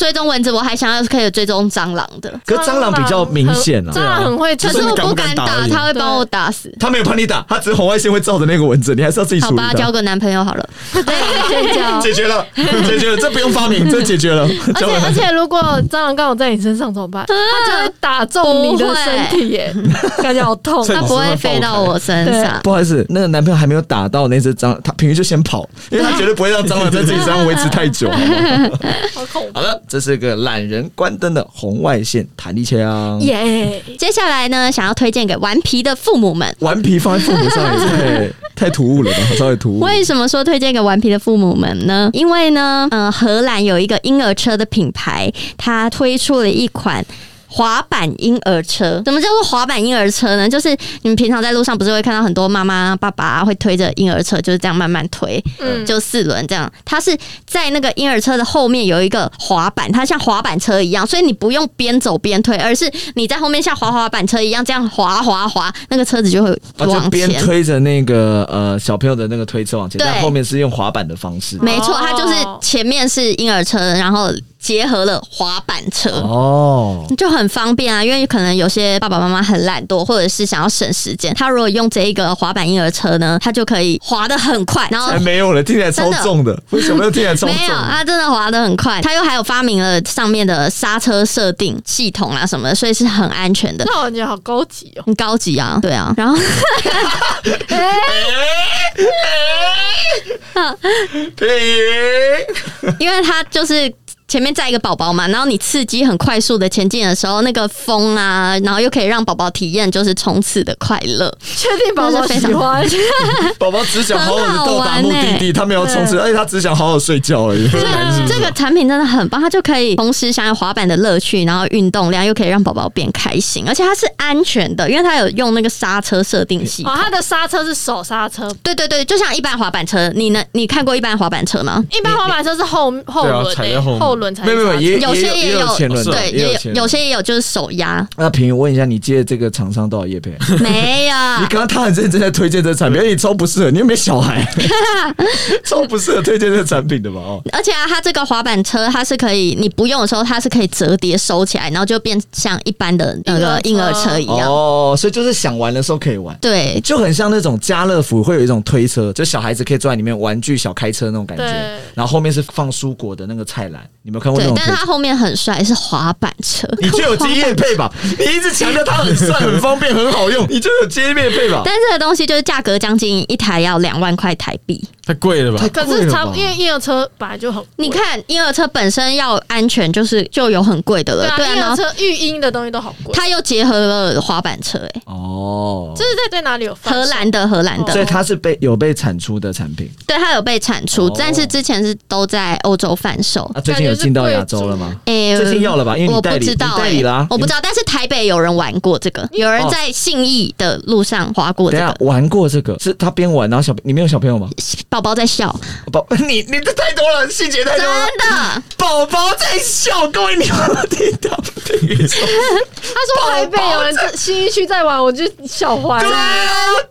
[SPEAKER 2] 追踪蚊子，我还想要可以追踪蟑螂的，
[SPEAKER 1] 可是蟑螂比较明显
[SPEAKER 3] 蟑
[SPEAKER 1] 啊，
[SPEAKER 3] 螂很会，
[SPEAKER 2] 可
[SPEAKER 3] 就是是
[SPEAKER 2] 我
[SPEAKER 4] 你敢不
[SPEAKER 2] 敢
[SPEAKER 4] 敢打而已
[SPEAKER 2] 它会帮我打死。
[SPEAKER 1] 它没有帮你打，它只是红外线会照着那个蚊子，你还是要自己
[SPEAKER 2] 好
[SPEAKER 1] 处理
[SPEAKER 2] 吧，交
[SPEAKER 1] 它。
[SPEAKER 2] 个男朋友好了。
[SPEAKER 3] 尖叫。
[SPEAKER 1] 解决 了，解决了，这不用发明，这解决了。
[SPEAKER 3] 而
[SPEAKER 1] 交
[SPEAKER 3] 且
[SPEAKER 1] 给它
[SPEAKER 3] 而且，如果蟑螂刚好在你身上怎么办？它就会打中你的身体耶， 感觉好
[SPEAKER 1] 哦
[SPEAKER 3] 痛。
[SPEAKER 4] 趁
[SPEAKER 2] 它不会飞到我身上。
[SPEAKER 1] 不好意思，那个男朋友还没有打到那只蟑螂，他平时就先跑，因为他绝对不会让蟑螂在自己身上维持太久。好不好
[SPEAKER 3] 好恐怖
[SPEAKER 1] 好了，这是个懒人关灯的红外线弹 力枪。
[SPEAKER 3] 耶！
[SPEAKER 2] 接下来呢，想要推荐给顽皮的父母们。
[SPEAKER 1] 顽皮放在父母上也太太突兀了吧，稍微突兀。
[SPEAKER 2] 为什么说推荐给顽皮的父母们呢？因为呢，嗯、荷兰有一个婴儿车的品牌，它推出了一款。滑板婴儿车，什么叫做滑板婴儿车呢？就是你们平常在路上不是会看到很多妈妈、爸爸会推着婴儿车，就是这样慢慢推，
[SPEAKER 3] 嗯，
[SPEAKER 2] 就四轮这样。它是在那个婴儿车的后面有一个滑板，它像滑板车一样，所以你不用边走边推，而是你在后面像滑滑板车一样这样滑滑滑，那个车子就会
[SPEAKER 1] 啊，就
[SPEAKER 2] 往
[SPEAKER 1] 边
[SPEAKER 2] 前。
[SPEAKER 1] 推着那个呃小朋友的那个推车往前，
[SPEAKER 2] 对
[SPEAKER 1] 但后面是用滑板的方式。
[SPEAKER 2] 没错，
[SPEAKER 3] 哦
[SPEAKER 2] 它就是前面是婴儿车，然后结合了滑板车。
[SPEAKER 1] 哦，
[SPEAKER 2] 就很方便啊，因为可能有些爸爸妈妈很懒惰，或者是想要省时间，他如果用这一个滑板婴儿车呢，他就可以滑得很快，然后
[SPEAKER 1] 还哎没有了，听起来超重的，为什么要听起来超重
[SPEAKER 2] 没有，啊它真的滑得很快，它又还有发明了上面的刹车设定系统啊什么的，所以是很安全的，
[SPEAKER 3] 那我感觉好高级哦。
[SPEAKER 2] 很高级啊，对啊。 然后
[SPEAKER 1] 对
[SPEAKER 2] 因为它就是。前面载一个宝宝嘛，然后你刺激很快速的前进的时候，那个风啊，然后又可以让宝宝体验就是冲刺的快乐。
[SPEAKER 3] 确定宝宝喜欢？
[SPEAKER 1] 宝宝只想好好的到达目的地，他没有冲刺，
[SPEAKER 2] 欸
[SPEAKER 1] 而且他只想好好睡觉而已。
[SPEAKER 2] 啊这个产品真的很棒，它就可以同时享有滑板的乐趣，然后运动量又可以让宝宝变开心，而且它是安全的，因为它有用那个刹车设定系 统
[SPEAKER 3] 哦，。它的刹车是手刹车，
[SPEAKER 2] 对对对，就像一般滑板车，你能你看过一般滑板车吗？
[SPEAKER 3] 一般滑板车是后后轮
[SPEAKER 4] 踩在
[SPEAKER 3] 欸
[SPEAKER 4] 后面
[SPEAKER 3] 后轮才
[SPEAKER 1] 没有没有，
[SPEAKER 3] 是刹
[SPEAKER 1] 也
[SPEAKER 2] 有些
[SPEAKER 1] 也
[SPEAKER 2] 也有
[SPEAKER 1] 前轮的，
[SPEAKER 2] 对，
[SPEAKER 1] 也
[SPEAKER 2] 也有
[SPEAKER 1] 前
[SPEAKER 2] 有
[SPEAKER 1] 轮。
[SPEAKER 2] 些也有就是手压，
[SPEAKER 1] 那平宇问一下，你借这个厂商多少叶配？
[SPEAKER 2] 啊
[SPEAKER 1] 你
[SPEAKER 2] 没有。
[SPEAKER 1] 刚刚他很认真在推荐这产品，哎而且你超不适合，你又没小 孩，超不适合推荐这产品的吧？哦，
[SPEAKER 2] 而且啊，它这个滑板车它是可以，你不用的时候它是可以折叠收起来，然后就变像一般的那个婴
[SPEAKER 3] 婴
[SPEAKER 2] 儿
[SPEAKER 3] 儿车
[SPEAKER 2] 车一样。
[SPEAKER 1] 哦，所以就是想玩的时候可以玩。
[SPEAKER 2] 对，
[SPEAKER 1] 就很像那种家乐福会有一种推车，就小孩子可以坐在里面玩具小开车那种感觉
[SPEAKER 3] 对，
[SPEAKER 1] 然后后面是放蔬果的那个菜篮，你有没有看过那
[SPEAKER 2] 对
[SPEAKER 1] 种，推
[SPEAKER 2] 但
[SPEAKER 1] 车
[SPEAKER 2] 是？它后面很帅，是滑板车。
[SPEAKER 1] 你就 有接业配吧？你一直强调它很帅、很方 便、很好用，你就有接业配吧？
[SPEAKER 2] 但这个东西就是价格将近一台要两万块台币，
[SPEAKER 4] 太贵了吧
[SPEAKER 1] 太？
[SPEAKER 3] 可
[SPEAKER 1] 贵
[SPEAKER 3] 是
[SPEAKER 1] 了
[SPEAKER 3] 差不
[SPEAKER 1] 吧
[SPEAKER 3] 因为婴儿车本来就很贵，
[SPEAKER 2] 你看婴儿车本身要安全，就是就有很贵的
[SPEAKER 3] 对
[SPEAKER 2] 了，对
[SPEAKER 3] 啊，
[SPEAKER 2] 啊，
[SPEAKER 3] 婴
[SPEAKER 2] 然
[SPEAKER 3] 儿
[SPEAKER 2] 后
[SPEAKER 3] 车育婴的东西都好贵。
[SPEAKER 2] 它又结合了滑板车、欸，
[SPEAKER 1] 哦，
[SPEAKER 3] 这是在在哪里有贩售
[SPEAKER 2] 荷兰的荷兰
[SPEAKER 3] 哦
[SPEAKER 2] 的，
[SPEAKER 1] 所以它是被有被产出的产品
[SPEAKER 2] 对它有被产出，
[SPEAKER 1] 哦
[SPEAKER 2] 但是之前是都在欧洲贩售。
[SPEAKER 1] 啊，最近有进到亚洲了吗？
[SPEAKER 2] 哎、
[SPEAKER 1] 呃最近要了吧？因为你
[SPEAKER 2] 我
[SPEAKER 1] 代
[SPEAKER 2] 不
[SPEAKER 1] 理，
[SPEAKER 2] 知
[SPEAKER 1] 你
[SPEAKER 2] 道、
[SPEAKER 1] 代
[SPEAKER 2] 欸，
[SPEAKER 1] 理啦，
[SPEAKER 2] 我不知道，但是台北有人玩过这
[SPEAKER 3] 嗯
[SPEAKER 2] 个，有人在信义的路上滑过
[SPEAKER 1] 你。
[SPEAKER 2] 这
[SPEAKER 1] 等一下
[SPEAKER 2] 个，
[SPEAKER 1] 玩过这个，是他边玩，然后小你没有小朋友吗？
[SPEAKER 2] 宝宝在笑，
[SPEAKER 1] 宝， 你你这太多了，细节太
[SPEAKER 2] 真
[SPEAKER 1] 多了。
[SPEAKER 2] 的，
[SPEAKER 1] 宝宝在笑，各位你有没有听到？
[SPEAKER 3] 他说台北有人在新一区在玩，我就笑坏
[SPEAKER 1] 对
[SPEAKER 3] 了。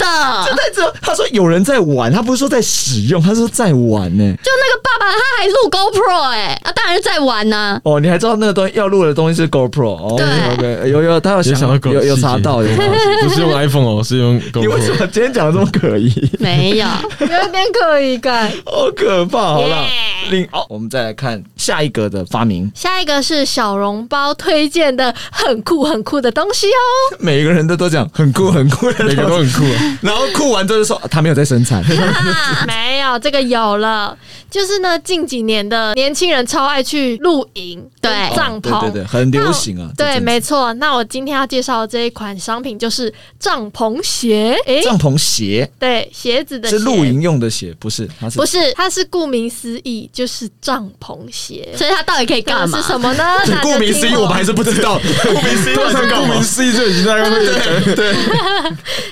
[SPEAKER 1] 啊，
[SPEAKER 2] 真的
[SPEAKER 1] 这。太扯了。他说有人在玩，他不是说在使用，他说在玩呢、
[SPEAKER 2] 就那个爸爸他还录 GoPro 哎、啊，当然是在玩啊呐、
[SPEAKER 1] 哦，你还知道那个东西要录的东西是 GoPro 哦
[SPEAKER 2] 对
[SPEAKER 1] ，OK，有有，他有
[SPEAKER 4] 有想到狗
[SPEAKER 1] 有有
[SPEAKER 4] 细节
[SPEAKER 1] 查到，有查到。
[SPEAKER 4] 不 是用 iPhone 哦，是用
[SPEAKER 1] 你为什
[SPEAKER 4] GoPro。
[SPEAKER 1] 么今天讲的这么可疑？
[SPEAKER 2] 没 有，
[SPEAKER 3] 有一点可疑感。
[SPEAKER 1] 好可怕！好了
[SPEAKER 2] Yeah，
[SPEAKER 1] 另哦，我们再来看下一个的发明，
[SPEAKER 3] 下一个是小笼包推荐的很酷很酷的东 西哦，
[SPEAKER 1] 每个人都都讲很酷很酷，
[SPEAKER 4] 每个都很酷啊！
[SPEAKER 1] 然后酷完之后就说啊他没有在生产，哦
[SPEAKER 2] 啊
[SPEAKER 3] 没有这个有了，就是呢近几年的年轻人超爱去露营，
[SPEAKER 2] 对
[SPEAKER 3] 跟帐篷，
[SPEAKER 1] 哦对对对，很流行啊，这
[SPEAKER 3] 对，
[SPEAKER 1] 阵子
[SPEAKER 3] 没错。那我今天要介绍的这一款商品就是帐篷鞋，诶，
[SPEAKER 1] 帐篷鞋
[SPEAKER 3] 对，鞋子的
[SPEAKER 1] 是
[SPEAKER 3] 鞋
[SPEAKER 1] 露营用的鞋，不是，它是
[SPEAKER 3] 不是，它是顾名思义，就是帐篷鞋。
[SPEAKER 2] 所以他到底可以干嘛
[SPEAKER 3] 是？什么呢？
[SPEAKER 1] 你 顾名思义，我们还
[SPEAKER 3] 是
[SPEAKER 1] 是不知道。顾名思义，
[SPEAKER 4] 通常顾名思义就已经在外面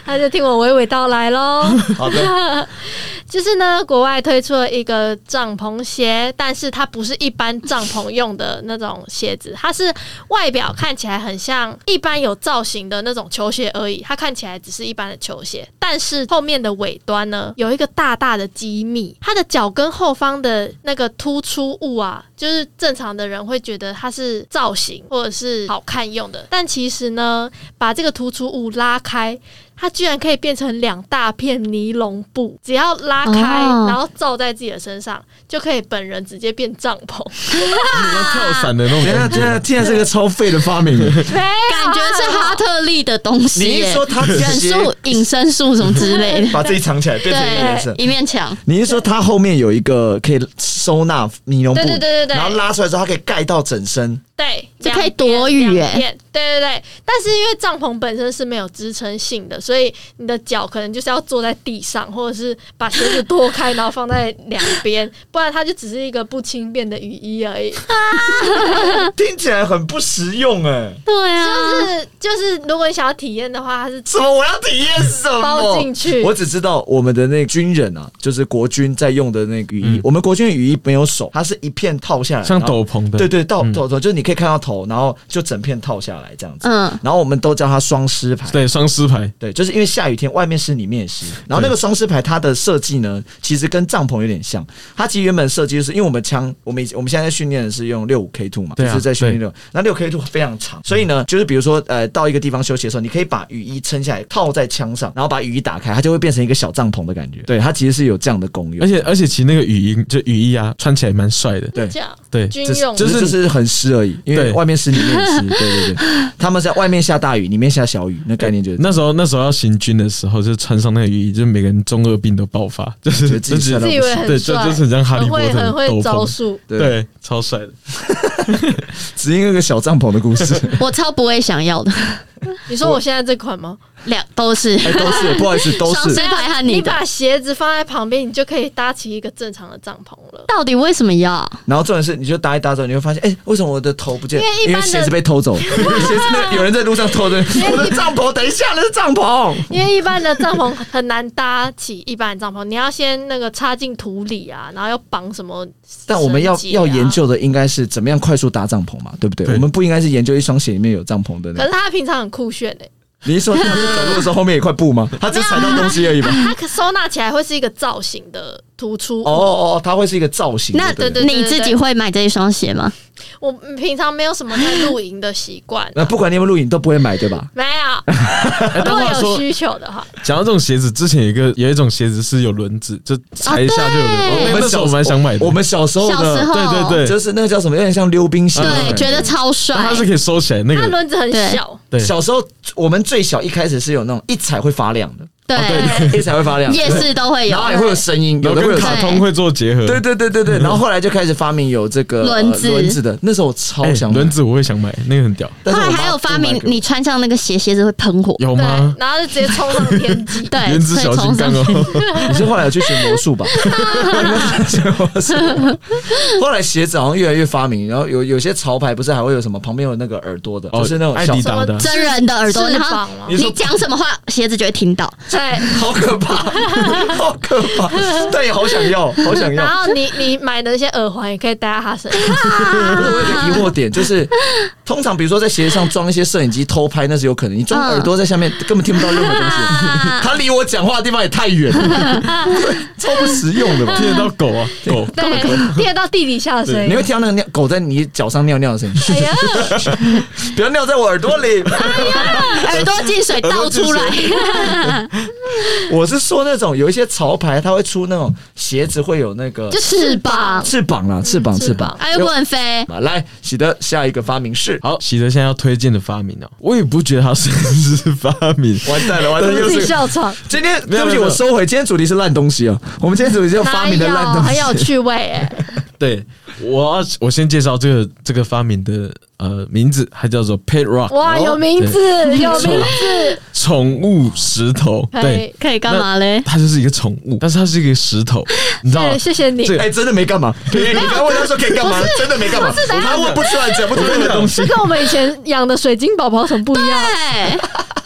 [SPEAKER 3] 那就听我娓娓道来喽。
[SPEAKER 1] 好的，
[SPEAKER 3] 就是呢，国外推出了一个帐篷鞋，但是它不是一般帐篷用的那种鞋子，它是外表看起来很像一般有造型的那种球鞋而已，它看起来只是一般的球鞋，但是后面的尾端呢有一个大大的机密，它的脚跟后方的那个突出物啊，就是正常的人会觉得它是造型或者是好看用的，但其实呢，把这个突出物拉开，它居然可以变成两大片尼龙布，只要拉开，
[SPEAKER 2] 哦
[SPEAKER 3] 然后罩在自己的身上，就可以本人直接变帐 篷。
[SPEAKER 4] 啊要跳伞的那种
[SPEAKER 1] 等一下
[SPEAKER 4] 感
[SPEAKER 1] 等一
[SPEAKER 4] 觉。
[SPEAKER 1] 下，竟然是个超废的发明。
[SPEAKER 2] 感觉是哈特利的东西、
[SPEAKER 1] 你
[SPEAKER 2] 耶
[SPEAKER 1] 一说他直
[SPEAKER 2] 忍
[SPEAKER 1] 接
[SPEAKER 2] 术、隐身术什么之类的，
[SPEAKER 1] 把自己藏起来，变成一个颜色
[SPEAKER 2] 对，。一面墙。
[SPEAKER 1] 你是说它后面有一个可以收纳尼龙布，
[SPEAKER 3] 对对对对对
[SPEAKER 1] 然后拉出来之后，它可以盖到整身，
[SPEAKER 3] 对，
[SPEAKER 2] 这
[SPEAKER 3] 两
[SPEAKER 2] 可以
[SPEAKER 3] 边
[SPEAKER 2] 躲雨
[SPEAKER 3] 两
[SPEAKER 2] 欸
[SPEAKER 3] 边对对对，但是因为帐篷本身是没有支撑性的，所以你的脚可能就是要坐在地上，或者是把鞋子脱开，然后放在两边，不然它就只是一个不轻便的雨衣而已。
[SPEAKER 1] 听起来很不实用哎。
[SPEAKER 2] 对啊，
[SPEAKER 3] 就是就是，如果你想要体验的话，它是
[SPEAKER 1] 什么？我要体验什么？
[SPEAKER 3] 包进去
[SPEAKER 1] 我只知道我们的那军人啊，就是国军在用的那个雨衣。我们国军的雨衣没有手，它是一片套下来，
[SPEAKER 4] 像
[SPEAKER 1] 然后
[SPEAKER 4] 斗篷的
[SPEAKER 1] 对对，套
[SPEAKER 4] 嗯
[SPEAKER 1] 斗头，就是你可以看到头，然后就整片套下来这样子。
[SPEAKER 2] 嗯，
[SPEAKER 1] 然后我们都叫它双狮牌。
[SPEAKER 4] 对，双狮牌，
[SPEAKER 1] 对，就是因为下雨天外面湿，里面也湿。然后那个双狮牌，它的设计呢，其实跟帐篷有点像。它其实原本设计就是因为我们枪，我们以前我们现在在训练的是用六五 K two 嘛，
[SPEAKER 4] 对啊
[SPEAKER 1] 就是在训练六。那六 K two 非常长，所以呢，就是比如说呃，到一个地方休息的时候，你可以把雨衣撑下来套在枪上，然后把雨衣打开，它就会变成一个小帐篷的感觉。对，它其实是有这样的功用，
[SPEAKER 4] 而且而且其实那个雨衣就雨衣啊，穿起来蛮帅的。
[SPEAKER 1] 对
[SPEAKER 3] 这样
[SPEAKER 4] 对，
[SPEAKER 3] 军
[SPEAKER 1] 只是
[SPEAKER 3] 用的，
[SPEAKER 1] 只是就是很湿而已，因为
[SPEAKER 4] 对
[SPEAKER 1] 外面湿，里面也湿。对对对，他们在外面下大雨，里面下小雨，那概念就是
[SPEAKER 4] 那时候那时候要行军的时候，就穿上那个雨衣，就每个人中二病都爆发， 就
[SPEAKER 1] 觉得
[SPEAKER 4] 是
[SPEAKER 1] 自己帅
[SPEAKER 4] 就觉
[SPEAKER 1] 到
[SPEAKER 4] 得
[SPEAKER 3] 自以为很
[SPEAKER 4] 对，就
[SPEAKER 3] 帅，
[SPEAKER 4] 就是很像哈利
[SPEAKER 3] 很
[SPEAKER 4] 波
[SPEAKER 3] 会
[SPEAKER 4] 特的
[SPEAKER 3] 很会
[SPEAKER 4] 斗
[SPEAKER 3] 招
[SPEAKER 4] 篷，
[SPEAKER 3] 数。
[SPEAKER 1] 对，
[SPEAKER 4] 对，超帅的。
[SPEAKER 1] 只因为一个小帐篷的故事。
[SPEAKER 2] 我超不会想要的，
[SPEAKER 3] 你说我现在这款吗？
[SPEAKER 2] 两都是。
[SPEAKER 1] 哎，都是不好意思，都
[SPEAKER 2] 双
[SPEAKER 1] 是
[SPEAKER 2] 狮牌和
[SPEAKER 3] 你
[SPEAKER 2] 你的，
[SPEAKER 3] 把鞋子放在旁边，你就可以搭起一个正常的帐篷了。
[SPEAKER 2] 到底为什么要？
[SPEAKER 1] 然后重点是，你就搭一搭之后，你会发现，哎、为什么我的头不见？
[SPEAKER 3] 因为一
[SPEAKER 1] 因
[SPEAKER 3] 般
[SPEAKER 1] 为
[SPEAKER 3] 的
[SPEAKER 1] 鞋子被偷走，因为鞋子那有人在路上偷的。 我的帐篷，等一下，那是帐篷。
[SPEAKER 3] 因为一般的帐篷很难搭起一般的帐篷，你要先那个插进土里啊，然后要绑什么、啊
[SPEAKER 1] 但我们要要研。究的应该是怎么样快速搭帐篷嘛，对不对？
[SPEAKER 4] 对
[SPEAKER 1] 我们不应该是研究一双鞋里面有帐篷的那
[SPEAKER 3] 可是
[SPEAKER 1] 个。
[SPEAKER 3] 他平常很酷炫诶、欸
[SPEAKER 1] 你一说他走路的时候后面有一块布吗？他只踩到东西而已吧。
[SPEAKER 3] 他可收纳起来会是一个造型的突出。
[SPEAKER 1] 哦哦哦，它会是一个造型。
[SPEAKER 2] 那
[SPEAKER 1] 对不
[SPEAKER 3] 对对
[SPEAKER 2] 你自己会买这一双鞋吗？
[SPEAKER 3] 我平常没有什么在露营的习惯啊、
[SPEAKER 1] 那不管你有没有录影都不会买，对 吧？
[SPEAKER 3] 没有，
[SPEAKER 4] 哎，
[SPEAKER 3] 如
[SPEAKER 4] 但
[SPEAKER 3] 果
[SPEAKER 4] 话
[SPEAKER 3] 有
[SPEAKER 4] 说，
[SPEAKER 3] 需求的话，
[SPEAKER 4] 讲到这种鞋子，之前有一个有一种鞋子是有轮子，就踩一下就有轮
[SPEAKER 2] 哦
[SPEAKER 4] 子。
[SPEAKER 2] 对
[SPEAKER 4] 那时候我蛮想买的，
[SPEAKER 1] 我们小时候
[SPEAKER 2] 小时
[SPEAKER 1] 的，
[SPEAKER 2] 候
[SPEAKER 4] 对对对，
[SPEAKER 1] 就是那个叫什么，有点像溜冰鞋。
[SPEAKER 2] 对，觉得超帅
[SPEAKER 4] 但。它是可以收起来那
[SPEAKER 3] 它
[SPEAKER 4] 个，
[SPEAKER 3] 轮子很小，
[SPEAKER 4] 对，
[SPEAKER 1] 小时候我们最小一开始是有那种一踩会发亮的。
[SPEAKER 2] 对，
[SPEAKER 1] 夜才会发亮，
[SPEAKER 2] 夜市都会有
[SPEAKER 1] 哦然，后
[SPEAKER 2] 啊
[SPEAKER 1] 也会有声音，
[SPEAKER 4] 然
[SPEAKER 1] 有
[SPEAKER 4] 后
[SPEAKER 1] 的会
[SPEAKER 4] 跟
[SPEAKER 1] 有
[SPEAKER 4] 卡嗯通会做结合。
[SPEAKER 1] 对对对对对，然后后来就开始发明有这个
[SPEAKER 2] 轮子
[SPEAKER 1] 呃轮子的，那时候我超
[SPEAKER 4] 哎，
[SPEAKER 1] 想买 Oh
[SPEAKER 4] 轮，子我会想买，那个很屌，
[SPEAKER 1] 但
[SPEAKER 2] 后
[SPEAKER 1] 是我
[SPEAKER 2] 来
[SPEAKER 1] 妈
[SPEAKER 2] 还有发明
[SPEAKER 1] 不买
[SPEAKER 2] 你穿上那个鞋，鞋子会喷火，，
[SPEAKER 4] 有
[SPEAKER 3] 对
[SPEAKER 4] 吗，？
[SPEAKER 3] 然后就直接冲上天际
[SPEAKER 2] 对，
[SPEAKER 4] 原子
[SPEAKER 2] 所以
[SPEAKER 4] 小金
[SPEAKER 2] 从
[SPEAKER 4] 刚
[SPEAKER 2] 上面
[SPEAKER 4] 哦，
[SPEAKER 1] 给我，你是后来有去学魔 术吧？ 学魔术，后来鞋子好像越来越发明，然后有有些潮牌不是还会有什么旁边有那个耳朵的，
[SPEAKER 4] 哦
[SPEAKER 1] 就是那种
[SPEAKER 4] 艾
[SPEAKER 1] 小
[SPEAKER 4] 迪达的，
[SPEAKER 2] 真人的耳朵，
[SPEAKER 3] 翅
[SPEAKER 2] 然后
[SPEAKER 3] 膀吗
[SPEAKER 1] 你？说
[SPEAKER 2] 你讲什么话，鞋子就会听 到。
[SPEAKER 3] 对。
[SPEAKER 1] 好可怕，好可怕，但也好想要，好想要
[SPEAKER 3] 然。后你你买的那些耳环也可以戴在他 身上，
[SPEAKER 1] 不是我有个疑惑点，就是通常比如说在鞋上装一些摄影机偷拍，那是有可能。你装耳朵在下面，根本听不到任何东西。他离我讲话的地方也太远了，对，超不实用的吧？
[SPEAKER 4] 听得到狗啊，狗
[SPEAKER 3] 对，贴到地底下的声
[SPEAKER 1] 你
[SPEAKER 3] 音。
[SPEAKER 1] 会听到那个尿狗在你脚上尿尿的声音，
[SPEAKER 3] 哎呀，
[SPEAKER 1] 不要尿在我耳朵里。
[SPEAKER 2] 耳朵 进水倒出来，
[SPEAKER 1] 我是说那种有一些潮牌，它会出那种鞋子会有那个
[SPEAKER 2] 就翅膀，
[SPEAKER 1] 翅膀啦，翅
[SPEAKER 3] 嗯
[SPEAKER 1] 膀翅膀。
[SPEAKER 2] 哎，又不能飞，
[SPEAKER 1] 有来，喜德下一个发明是。
[SPEAKER 4] 好，喜德现在要推荐的发明哦，我也不觉得它算是 发明，
[SPEAKER 1] 完蛋了，完蛋了！又
[SPEAKER 3] 自己
[SPEAKER 1] 是
[SPEAKER 3] 笑场，
[SPEAKER 1] 今天，对
[SPEAKER 4] 没有
[SPEAKER 1] 不
[SPEAKER 4] 没
[SPEAKER 1] 起，
[SPEAKER 4] 有没有
[SPEAKER 1] 我收回。今天主题是烂东西啊，我们今天主题叫发明的烂
[SPEAKER 3] 哪有
[SPEAKER 1] 东西，
[SPEAKER 3] 很有趣味 哎。
[SPEAKER 4] 对，我要我先介绍这个这个发明的呃名字，它叫做 Pet Rock
[SPEAKER 3] 哇，有名字，有名哎字，
[SPEAKER 4] 宠物石头，
[SPEAKER 3] 可
[SPEAKER 4] 对
[SPEAKER 3] 以，，
[SPEAKER 2] 可以干嘛 嘞？
[SPEAKER 4] 它就是一个宠物，但是它是一个石 头，你知道吗
[SPEAKER 3] 对，？谢谢你
[SPEAKER 4] 这。个
[SPEAKER 1] 哎、真的没 干嘛。你你刚问他说可以干嘛，真的没干嘛。他问不出来，讲不出来的东西
[SPEAKER 3] 这。跟我们以前养的水晶宝宝有什么不一样？
[SPEAKER 2] 哎，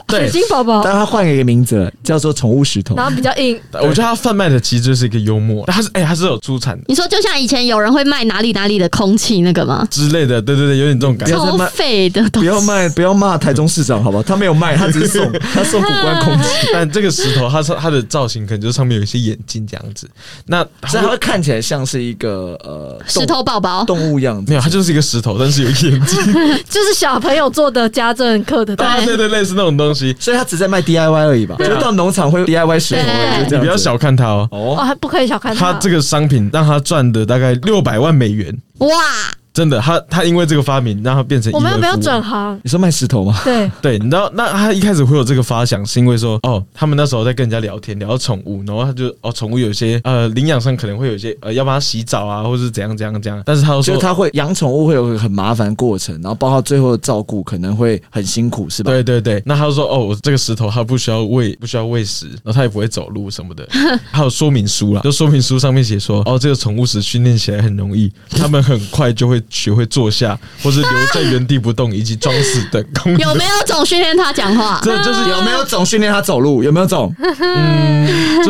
[SPEAKER 4] 对
[SPEAKER 3] 水，晶宝宝，
[SPEAKER 1] 但他换了一个名字了，叫做宠物石 头
[SPEAKER 3] 然。后比较硬，
[SPEAKER 4] 我觉得它贩卖的其实就是一个幽默，但它是哎，它是有出产的
[SPEAKER 2] 你说就像以前有人会卖哪里哪里的空气那个吗？
[SPEAKER 4] 之类的，对对对，有点这种感觉。
[SPEAKER 1] 要再
[SPEAKER 2] 超
[SPEAKER 1] 卖
[SPEAKER 2] 废的
[SPEAKER 1] 不
[SPEAKER 2] 东西，
[SPEAKER 1] 要卖，不要骂台中市长，好不好？他没有卖，他只是 送，他送古关空气，
[SPEAKER 4] 但这个石头，它是它的造型可能就是上面有一些眼睛这样子。那
[SPEAKER 1] 所
[SPEAKER 4] 它
[SPEAKER 1] 以他
[SPEAKER 4] 会
[SPEAKER 1] 会看起来像是一个呃
[SPEAKER 2] 石头宝宝，
[SPEAKER 1] 动动物样
[SPEAKER 4] 没
[SPEAKER 1] 子。
[SPEAKER 4] 有，它就是一个石头，但是有眼睛。
[SPEAKER 3] 就是小朋友做的家政课的东
[SPEAKER 4] 啊，
[SPEAKER 3] 西。
[SPEAKER 4] 对对，类似那种东西。
[SPEAKER 1] 所以他只在卖 DIY 而已吧？就到农场会 DIY 石头而已，就这样。
[SPEAKER 4] 你不要小看它哦，
[SPEAKER 1] 哦，
[SPEAKER 3] 哦，不可以小看
[SPEAKER 4] 它这个商品让它赚的大概六百万美元，
[SPEAKER 2] 哇，
[SPEAKER 4] 真的，它它因为这个发明让它变成
[SPEAKER 3] 我们要不要
[SPEAKER 4] 亿万富翁
[SPEAKER 3] 转行？
[SPEAKER 1] 你说卖石头吗？
[SPEAKER 3] 对，
[SPEAKER 4] 对，你知道，那他一开始会有这个发想，是因为说，哦，他们那时候在跟人家聊天，聊到宠物，然后他就，哦，宠物有一些，呃，领养上可能会有一些，呃，要帮它洗澡啊，或是怎样怎样怎样，但是他又
[SPEAKER 1] 就
[SPEAKER 4] 说，
[SPEAKER 1] 是他会养宠物会有很麻烦过程，然后包括最后的照顾可能会很辛苦，是吧？
[SPEAKER 4] 对对对，那他就说，哦，我这个石头它不需要喂，不需要喂食，然后它也不会走路什么 的，还有说明书啦，就说明书上面写说，哦，这个宠物石训练起来很容易，它们很快就会学会坐下，或是留在原地不动，以及装死等功
[SPEAKER 2] 有
[SPEAKER 4] 能。
[SPEAKER 2] 没有总训练他 讲话？
[SPEAKER 4] 这就是
[SPEAKER 1] 有没有总训练他走路？有没有总？
[SPEAKER 4] 就 是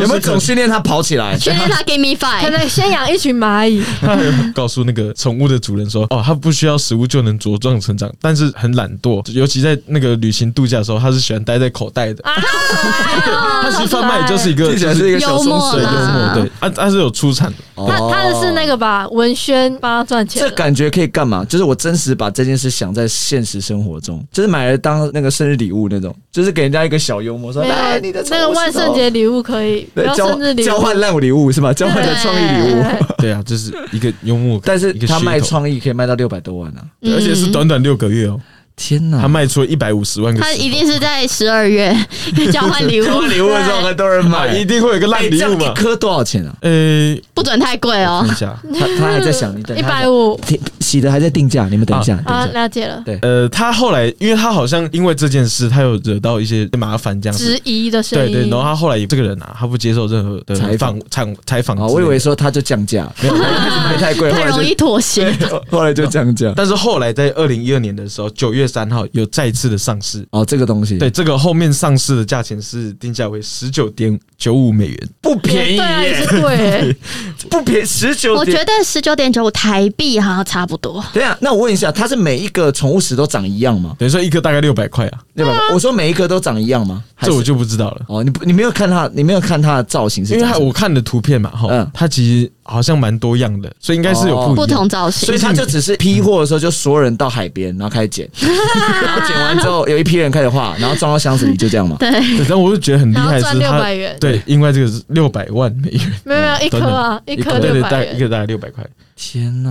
[SPEAKER 1] 有没有
[SPEAKER 4] 可能
[SPEAKER 1] 总训练他跑起来？
[SPEAKER 2] 训练他 give me
[SPEAKER 3] 可
[SPEAKER 2] five，
[SPEAKER 3] 能先养一群蚂蚁，
[SPEAKER 4] 他还有 告诉那个宠物的主人说：“哦，它不需要食物就能茁壮成长，但是很懒惰，尤其在那个旅行度假的时候，它是喜欢待在口袋 的。
[SPEAKER 3] 啊，
[SPEAKER 4] 它
[SPEAKER 3] 它
[SPEAKER 4] 其实贩卖就是一 个
[SPEAKER 1] 听起来是一个小松
[SPEAKER 2] 幽
[SPEAKER 1] 水
[SPEAKER 4] 对幽
[SPEAKER 2] 默啦
[SPEAKER 4] 默，对，它它是有出 产的，
[SPEAKER 3] 他他的是那
[SPEAKER 1] 个。
[SPEAKER 3] 个吧，文轩帮他赚钱
[SPEAKER 1] 这
[SPEAKER 3] 的，
[SPEAKER 1] 感觉可以干嘛？就是我真实把这件事想在现实生活中，就是买来当那个生日礼物那种，就是给人家一个小幽默，说哎
[SPEAKER 3] 没有
[SPEAKER 4] 哎
[SPEAKER 1] 来你的宠
[SPEAKER 3] 那
[SPEAKER 1] 物
[SPEAKER 3] 个万
[SPEAKER 1] 石头
[SPEAKER 3] 圣节礼物可以，不
[SPEAKER 1] 对
[SPEAKER 3] 要生日
[SPEAKER 1] 交
[SPEAKER 3] 礼物
[SPEAKER 1] 交换烂礼物是吧？交换的创意礼物，
[SPEAKER 3] 对
[SPEAKER 4] 对啊，就是一个幽默。
[SPEAKER 1] 但是
[SPEAKER 4] 一个
[SPEAKER 1] 他卖
[SPEAKER 4] 噱头，嗯
[SPEAKER 1] 创意可以卖到六百多万啊！
[SPEAKER 4] 对而且是短短六个月哦，
[SPEAKER 1] 天哪！
[SPEAKER 4] 他卖出一百五十万个石头，
[SPEAKER 2] 他一 定是在十二月交换礼物，
[SPEAKER 1] 交换礼物的时候很多人
[SPEAKER 4] 啊
[SPEAKER 1] 买，
[SPEAKER 4] 一定会有一个烂
[SPEAKER 1] 哎
[SPEAKER 4] 礼
[SPEAKER 1] 这样
[SPEAKER 4] 物嘛
[SPEAKER 1] 一。颗多少钱啊？
[SPEAKER 4] 呃，
[SPEAKER 2] 不准太贵 哦
[SPEAKER 4] 看一。下，
[SPEAKER 1] 他他还在想，你等
[SPEAKER 3] 一
[SPEAKER 1] 他
[SPEAKER 3] 百五
[SPEAKER 1] 听喜德还在定价，你们等一下，等
[SPEAKER 3] 啊，
[SPEAKER 1] 一下。
[SPEAKER 3] 了解了，
[SPEAKER 4] 呃，他后来，因为他好像因为这件事，他有惹到一些麻烦，这样子。
[SPEAKER 3] 质疑的声
[SPEAKER 4] 对
[SPEAKER 3] 音，
[SPEAKER 4] 对，然后他后来这个人啊，他不接受任何的
[SPEAKER 1] 采访
[SPEAKER 4] 访采采访之
[SPEAKER 1] 啊，
[SPEAKER 4] 类的。
[SPEAKER 1] 我以为说他就降价，没有，没太贵，后
[SPEAKER 2] 太
[SPEAKER 1] 来
[SPEAKER 2] 容易
[SPEAKER 1] 就
[SPEAKER 2] 妥协，
[SPEAKER 1] 后来就降价。
[SPEAKER 4] 但是后来在二零一二年的时候，九月三号有再次的上市。
[SPEAKER 1] 哦，这个东西
[SPEAKER 4] 对，这个后面上市的价钱是定价为十九点九五美元，
[SPEAKER 1] 不
[SPEAKER 3] 对啊，也是贵欸，
[SPEAKER 1] 不便宜，十九
[SPEAKER 2] 我
[SPEAKER 1] 点
[SPEAKER 2] 觉。得十九点九五台币好像差不多。
[SPEAKER 1] 等一下，那我问一下，它是每一个宠物石都长一样吗？
[SPEAKER 4] 等于说一颗大概六百块啊，
[SPEAKER 1] 对吧？我说每一个都长一样吗？还
[SPEAKER 4] 这
[SPEAKER 1] 是
[SPEAKER 4] 我就不知道了，
[SPEAKER 1] 哦，你不你没有看它，你没有看它的造型
[SPEAKER 4] 因
[SPEAKER 1] 是
[SPEAKER 4] 为
[SPEAKER 1] 长
[SPEAKER 4] 它
[SPEAKER 1] 什么，
[SPEAKER 4] 我看的图片嘛，哈
[SPEAKER 1] 嗯，哦
[SPEAKER 4] 它其实好像蛮多样的，所以应该是有不一样
[SPEAKER 2] 不同造型
[SPEAKER 1] 所以，嗯它就只是批货的时候，就所有人到海边，然后开始捡，然后捡完之后有一批人开始画，然后装到箱子里，就这 样嘛。
[SPEAKER 4] 对但我就觉得很厉害
[SPEAKER 3] 然后
[SPEAKER 4] 是
[SPEAKER 3] 赚
[SPEAKER 4] 它
[SPEAKER 3] 600元
[SPEAKER 4] 对，因为这个是六百万美元，
[SPEAKER 3] 没有没有一颗啊，啊，一颗
[SPEAKER 4] 对对，
[SPEAKER 3] 六
[SPEAKER 4] 大
[SPEAKER 3] 百
[SPEAKER 4] 嗯概一
[SPEAKER 3] 元，
[SPEAKER 4] 个大概六百块，
[SPEAKER 1] 天哪！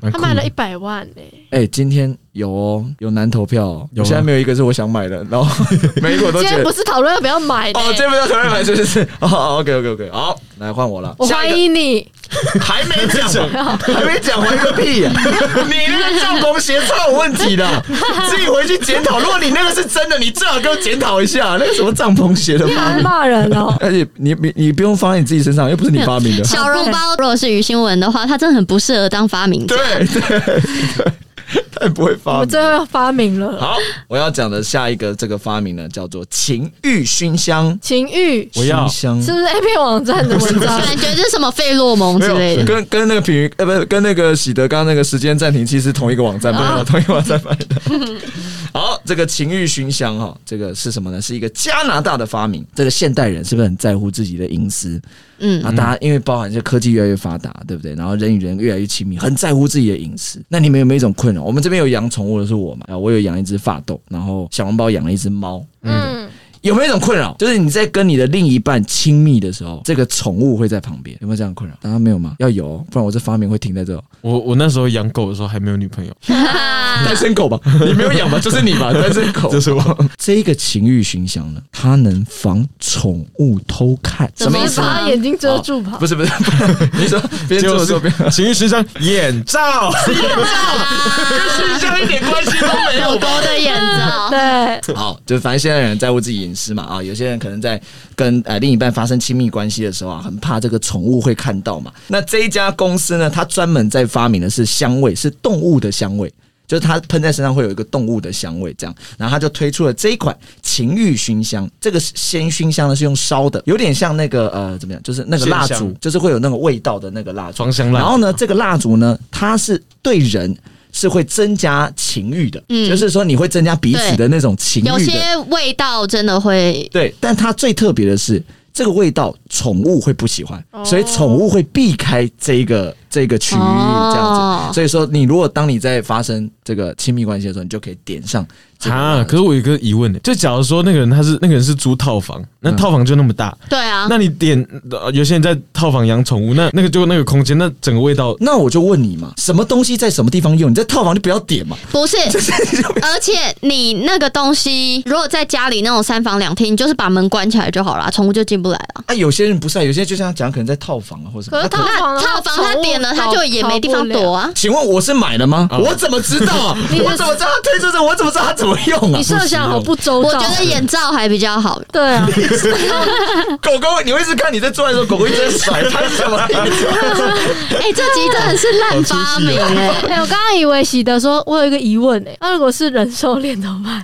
[SPEAKER 4] 蛮
[SPEAKER 3] 他
[SPEAKER 4] 酷
[SPEAKER 3] 卖了
[SPEAKER 4] 的
[SPEAKER 3] 一。百万呢、
[SPEAKER 1] 哎、今天有哦，有男投票、哦，
[SPEAKER 4] 有
[SPEAKER 1] 我
[SPEAKER 4] 啊
[SPEAKER 1] 现在没有一个是我想买的，然后 每一个我都
[SPEAKER 3] 今
[SPEAKER 1] 觉
[SPEAKER 3] 天
[SPEAKER 1] 得
[SPEAKER 3] 不是讨论要不要买呢、
[SPEAKER 1] 哦，这不叫投票买，是是 是，哦，OK OK OK，好，来换我了，
[SPEAKER 3] 我
[SPEAKER 1] 下一
[SPEAKER 3] 怀
[SPEAKER 1] 个
[SPEAKER 3] 疑你，
[SPEAKER 1] 还没 讲完，还没讲完个屁呀、你那个正宫邪超有问题 的，自己回去检讨。如果你那个是真的，你最好给我检讨一下，那个什么帐篷邪的
[SPEAKER 5] 你好会骂人 哦
[SPEAKER 1] 。而且你你你不用放在你自己身上，又不是你发明的。
[SPEAKER 2] 小笼包如果是鱼新闻的话，它真的很不适合当发明家。
[SPEAKER 1] 对对 对，他也不会
[SPEAKER 5] 我
[SPEAKER 1] 发
[SPEAKER 5] 们
[SPEAKER 1] 明
[SPEAKER 5] 最。后要发明了，
[SPEAKER 1] 好，我要讲的下一个这个发明呢，叫做情欲熏香。
[SPEAKER 3] 情欲
[SPEAKER 4] 我要
[SPEAKER 1] 熏香
[SPEAKER 5] 是不是 A 片网站的文
[SPEAKER 1] 啊
[SPEAKER 5] 章？
[SPEAKER 2] 感觉就是什么费洛蒙
[SPEAKER 1] 没
[SPEAKER 2] 之
[SPEAKER 1] 有
[SPEAKER 2] 类，的。
[SPEAKER 1] 跟跟那个品瑜呃，不是跟那个喜德刚刚那个时间暂停器是同一个网站买
[SPEAKER 2] 啊
[SPEAKER 1] 的，同一个网站买的。 好，这个情欲熏香哈，这个是什么呢？是一个加拿大的发明。这个现代人是不是很在乎自己的隐私？
[SPEAKER 2] 嗯，
[SPEAKER 1] 那大家因为包含这科技越来越发达，对不对？然后人与人越来越亲密，很在乎自己的隐私。那你们有没有一种困扰？我们这边有养宠物的是我嘛？啊，我有养一只发豆，然后小笼包养了一只猫。
[SPEAKER 3] 嗯，
[SPEAKER 1] 有没有一种困扰，就是你在跟你的另一半亲密的时候，这个宠物会在旁边，有没有这样的困扰？当然没有吗？要有哦，不然我这发明会停在这哦。
[SPEAKER 4] 我我那时候养狗的时候还没有女朋友，
[SPEAKER 1] 单身狗吧，你没有养吧，就是你吧，单身狗
[SPEAKER 4] 这。是我
[SPEAKER 1] 这一个情欲熏香呢，它能防宠物偷看，
[SPEAKER 2] 怎
[SPEAKER 1] 什
[SPEAKER 2] 么
[SPEAKER 1] 么意思
[SPEAKER 2] 防
[SPEAKER 1] 呢？哦
[SPEAKER 5] 把眼睛遮住吧
[SPEAKER 1] 不。是不是，你说边
[SPEAKER 4] 结
[SPEAKER 1] 做
[SPEAKER 4] 果
[SPEAKER 1] 手边
[SPEAKER 4] 是情欲熏香眼罩，
[SPEAKER 1] 熏香一点关系都没
[SPEAKER 2] 狗狗的眼罩，
[SPEAKER 5] 对，
[SPEAKER 1] 好，就反正现在人在乎自己隐私嘛啊，有些人可能在跟呃另一半发生亲密关系的时候啊，很怕这个宠物会看到嘛。那这一家公司呢，它专门在发明的是香味，是动物的香味。就是它喷在身上会有一个动物的香味，这样，然后它就推出了这一款情欲熏香。这个鲜熏香呢是用烧的，有点像那个呃怎么样，就是那个蜡
[SPEAKER 4] 线
[SPEAKER 1] 烛
[SPEAKER 4] 香，
[SPEAKER 1] 就是会有那个味道的那个蜡烛。
[SPEAKER 4] 双香蜡烛
[SPEAKER 1] 然后呢，这个蜡烛呢，它是对人是会增加情欲的，
[SPEAKER 2] 嗯
[SPEAKER 1] 就是说你会增加彼此的那种情
[SPEAKER 2] 有
[SPEAKER 1] 欲的。
[SPEAKER 2] 些味道真的会
[SPEAKER 1] 对，但它最特别的是，这个味道宠物会不喜欢，
[SPEAKER 3] 哦
[SPEAKER 1] 所以宠物会避开这一个这个区域这样
[SPEAKER 2] 哦
[SPEAKER 1] 子。所以说，你如果当你在发生这个亲密关系的时候，你就可以点上这个
[SPEAKER 4] 啊！可是我有一个疑问呢，就假如说那个人他是那个人是租套房，那
[SPEAKER 1] 嗯
[SPEAKER 4] 套房就那么大，
[SPEAKER 2] 对啊。
[SPEAKER 4] 那你点呃有些人在套房养宠物，那那个就那个空间，那整个味道
[SPEAKER 1] 那我就问你嘛，什么东西在什么地方用？你在套房就不要 点嘛。
[SPEAKER 2] 不是，而且你那个东西，如果在家里那种三房两厅，你就是把门关起来就好了，宠物就进不来了。
[SPEAKER 1] 啊，有些人不是、啊，有些就像讲，可能在套房啊，或什么。
[SPEAKER 3] 可是
[SPEAKER 1] 那
[SPEAKER 3] 套房
[SPEAKER 2] 那
[SPEAKER 3] 的
[SPEAKER 2] 套
[SPEAKER 3] 话
[SPEAKER 2] 房它点了，
[SPEAKER 3] 宠物
[SPEAKER 2] 它就也没地方躲啊。
[SPEAKER 1] 请问我是买了吗？
[SPEAKER 4] 啊
[SPEAKER 1] 我怎么知 道啊？我怎么知道他推出这？我怎么知道他怎么用啊
[SPEAKER 5] 你？设想好不周
[SPEAKER 2] 我
[SPEAKER 5] 到
[SPEAKER 2] 觉。得眼罩还比较好，
[SPEAKER 5] 对啊，
[SPEAKER 1] 狗狗，你会一直看你在做的时候，狗狗一直在甩，它是什么意思？
[SPEAKER 2] 哎、这集真的是烂发明哎、
[SPEAKER 5] 哎、
[SPEAKER 2] 欸
[SPEAKER 5] 我刚刚以为喜德说，我有一个疑问哎、
[SPEAKER 3] 欸那如果是人兽恋怎么办？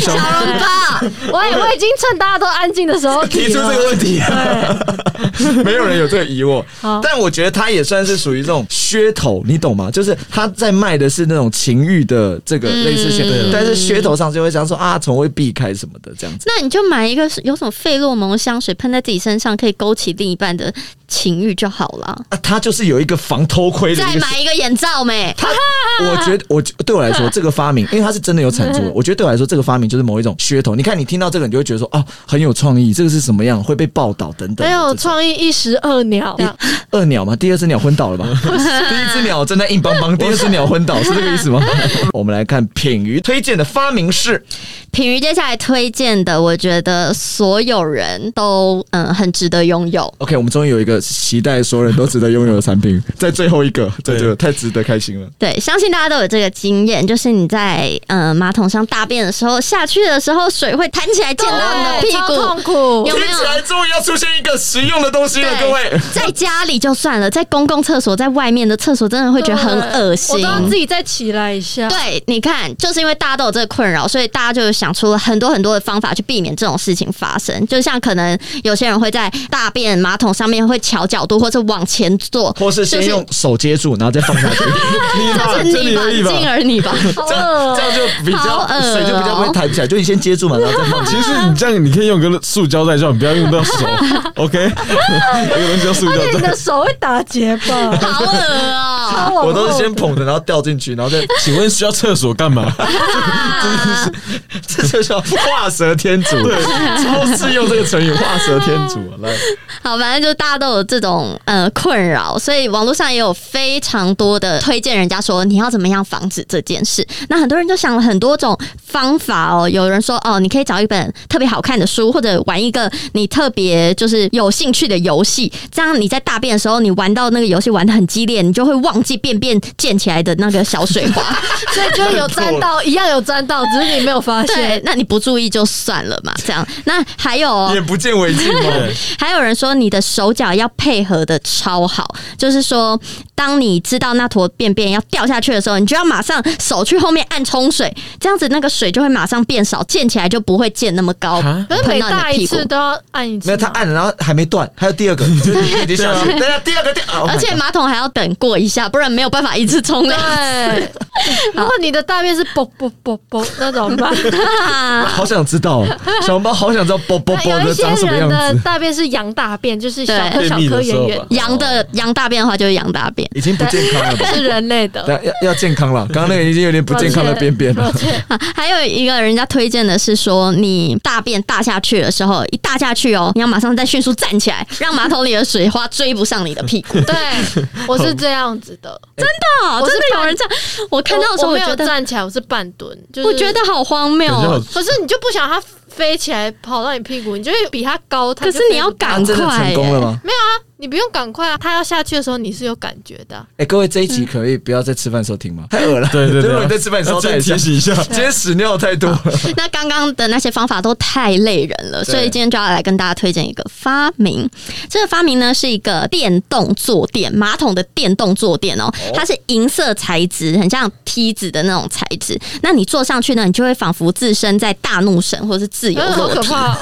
[SPEAKER 2] 小笼包，
[SPEAKER 5] 我 也我已经趁大家都安静的时候
[SPEAKER 1] 提出这个
[SPEAKER 5] 了
[SPEAKER 1] 问题、
[SPEAKER 5] 对，
[SPEAKER 1] 没有人有这个疑惑
[SPEAKER 5] 好。
[SPEAKER 1] 但我觉得它也算是属于这种噱头，你懂吗？就是他在卖的是那种情欲的这个
[SPEAKER 2] 嗯
[SPEAKER 1] 类似噱头，
[SPEAKER 2] 对
[SPEAKER 1] 但是噱头上就会想说啊，从未避开什么的这样子。
[SPEAKER 2] 那你就买一个有什么费洛蒙香水喷在自己身上，可以勾起另一半的情欲就好了。
[SPEAKER 1] 啊，它就是有一个防偷窥的
[SPEAKER 2] 再
[SPEAKER 1] 一个。
[SPEAKER 2] 买一个眼罩没？
[SPEAKER 1] 它，我觉得我对我来说，这个发明，因为它是真的有产出的，我觉得对我来说，这个发明就是某一种噱头。你看，你听到这个，你就会觉得说，哦，很有创意，这个是什么样，会被报道等等。
[SPEAKER 3] 很有
[SPEAKER 1] 这种
[SPEAKER 3] 创意，一石二鸟。
[SPEAKER 1] 二鸟嘛，第二只鸟昏倒了吧？第一只鸟正在硬邦邦，第二只鸟昏倒，是这个意思吗？我们来看品鱼推荐的发明是
[SPEAKER 2] 品瑜接下来推荐的，我觉得所有人都嗯很值得拥有。
[SPEAKER 1] OK，我们终于有一个期待所有人都值得拥有的产品，在最后一个，
[SPEAKER 4] 对
[SPEAKER 1] 在这个太值得开心了。
[SPEAKER 2] 对，相信大家都有这个经验，就是你在呃马桶上大便的时候，下去的时候水会弹起来溅到你的
[SPEAKER 3] 对
[SPEAKER 2] 屁
[SPEAKER 3] 超
[SPEAKER 2] 股
[SPEAKER 3] 痛。苦
[SPEAKER 2] 有没有
[SPEAKER 1] 听起来终于要出现一个实用的东西了，
[SPEAKER 2] 对
[SPEAKER 1] 各位。
[SPEAKER 2] 在家里就算了，在公共厕所，在外面的厕所，真的会觉得很恶心。
[SPEAKER 5] 我都要自己再起来一下。
[SPEAKER 2] 对，你看，就是因为大家都有这个困扰，所以大家就想出了很多很多的方法去避免这种事情发生。就像可能有些人会在大便马桶上面会调角度，或者往前坐，
[SPEAKER 1] 或是先用手接住，然后再放下去，
[SPEAKER 4] 你吧，
[SPEAKER 2] 就是
[SPEAKER 4] 这里
[SPEAKER 2] 你吧
[SPEAKER 4] 而已，吧。
[SPEAKER 2] 进而你吧。
[SPEAKER 1] 这
[SPEAKER 3] 嗯
[SPEAKER 1] 样这样就比较
[SPEAKER 2] 好恶哦
[SPEAKER 1] 水就比较不会弹起来，就你先接住嘛，然后再 放下
[SPEAKER 4] 其实你这样，你可以用个塑胶袋就好，你不要用到手 ，OK？有个东西叫塑胶
[SPEAKER 2] 哦
[SPEAKER 3] 哎
[SPEAKER 5] 你
[SPEAKER 4] 袋。
[SPEAKER 5] 的手会打结吧？
[SPEAKER 2] 好恶哦、哦，
[SPEAKER 1] 我都是 先捧着，然后掉进去，然后再
[SPEAKER 4] 请问需要厕所干嘛？
[SPEAKER 1] 这就叫画蛇添足。超适用这个成语“画蛇添足”。啊来，
[SPEAKER 2] 好，反正就大家都有这种呃困扰，所以网络上也有非常多的推荐，人家说你要怎么样防止这件事。那很多人就想了很多种方法哦，有人说哦，你可以找一本特别好看的书，或者玩一个你特别就是有兴趣的游戏，这样你在大便的时候，你玩到那个游戏玩的很激烈，你就会忘记便便溅起来的那个小水花。
[SPEAKER 3] 所以就有沾到，一样有沾到，只是你没有发
[SPEAKER 2] 对
[SPEAKER 3] 现。，
[SPEAKER 2] 那你不注意就算了嘛，这样。那还有哦、
[SPEAKER 1] 眼不见为净嘛。
[SPEAKER 4] 对
[SPEAKER 2] 还有人说你的手脚要配合的超好，就是说，当你知道那坨便便要掉下去的时候，你就要马上手去后面按冲水，这样子那个水就会马上变少，溅起来就不会溅那么高，
[SPEAKER 4] 啊
[SPEAKER 3] 可是
[SPEAKER 2] 喷
[SPEAKER 3] 每
[SPEAKER 2] 到你
[SPEAKER 3] 大
[SPEAKER 2] 的
[SPEAKER 3] 一
[SPEAKER 2] 屁股
[SPEAKER 3] 次。都要按一 次
[SPEAKER 1] 没
[SPEAKER 3] 吗，
[SPEAKER 1] 有，他按了，然后还没断，还有第二 个，你得小心。等下第二个，第哦二
[SPEAKER 2] 而且马桶还要等过一下，不然没有办法一次 冲两
[SPEAKER 3] 对，如果你的大便是啵啵�啵啷那种 吧，
[SPEAKER 2] 下。
[SPEAKER 1] 好想知道，小红包好想知道啵啵啵
[SPEAKER 3] 有
[SPEAKER 1] 的
[SPEAKER 3] 一些
[SPEAKER 1] 长什么
[SPEAKER 3] 人
[SPEAKER 1] 样
[SPEAKER 3] 的
[SPEAKER 1] 子，
[SPEAKER 3] 大便是羊大便，就是小
[SPEAKER 2] 对
[SPEAKER 3] 颗小颗圆圆，
[SPEAKER 2] 羊的羊大便的话就是羊大便。
[SPEAKER 1] 已经不健康了吧？
[SPEAKER 3] 是人类的。
[SPEAKER 1] 但要要健康了，刚刚那个已经有点不健康的便便了。
[SPEAKER 2] 还有一个人家推荐的是说，你大便大下去的时候，一大下去哦，你要马上再迅速站起来，让马桶里的水花追不上你的屁股。
[SPEAKER 3] 对，我是这样子的，
[SPEAKER 2] 哦，
[SPEAKER 3] 我
[SPEAKER 2] 真
[SPEAKER 3] 是
[SPEAKER 2] 的有
[SPEAKER 3] 半
[SPEAKER 2] 人这样，我看到的时候
[SPEAKER 3] 我
[SPEAKER 2] 我
[SPEAKER 3] 没
[SPEAKER 2] 觉
[SPEAKER 3] 有
[SPEAKER 2] 得，
[SPEAKER 3] 站起来，我是半蹲，就是
[SPEAKER 2] 我觉得好荒谬
[SPEAKER 4] 感觉
[SPEAKER 2] 哦
[SPEAKER 4] 好。
[SPEAKER 3] 可是你就不想它飞起来跑到你屁股，你就会比它高。它
[SPEAKER 2] 可
[SPEAKER 3] 就是飞
[SPEAKER 2] 你要
[SPEAKER 3] 不到
[SPEAKER 1] 他
[SPEAKER 2] 赶
[SPEAKER 1] 真的
[SPEAKER 2] 快
[SPEAKER 1] 成功了吗？
[SPEAKER 3] 你不用赶快啊，它要下去的时候你是有感觉 的啊。
[SPEAKER 1] 哎，各位这一集可以不要在吃饭的时候听吗？太饿了。
[SPEAKER 4] 对对
[SPEAKER 1] 如
[SPEAKER 4] 对，
[SPEAKER 1] 果你在吃饭的时候
[SPEAKER 4] 要
[SPEAKER 1] 带
[SPEAKER 4] 再
[SPEAKER 1] 一下
[SPEAKER 4] 提，醒一下，
[SPEAKER 1] 今天屎尿太多了。
[SPEAKER 2] 那刚刚的那些方法都太累人了，所以今天就要来跟大家推荐一个发明。这个发明呢是一个电动坐垫，马桶的电动坐垫哦，它是银色材质，很像梯子的那种材质。那你坐上去呢，你就会仿佛置身在大怒神或是自由
[SPEAKER 3] 嗯，好
[SPEAKER 2] 落
[SPEAKER 3] 可
[SPEAKER 2] 体。
[SPEAKER 3] 怕哦！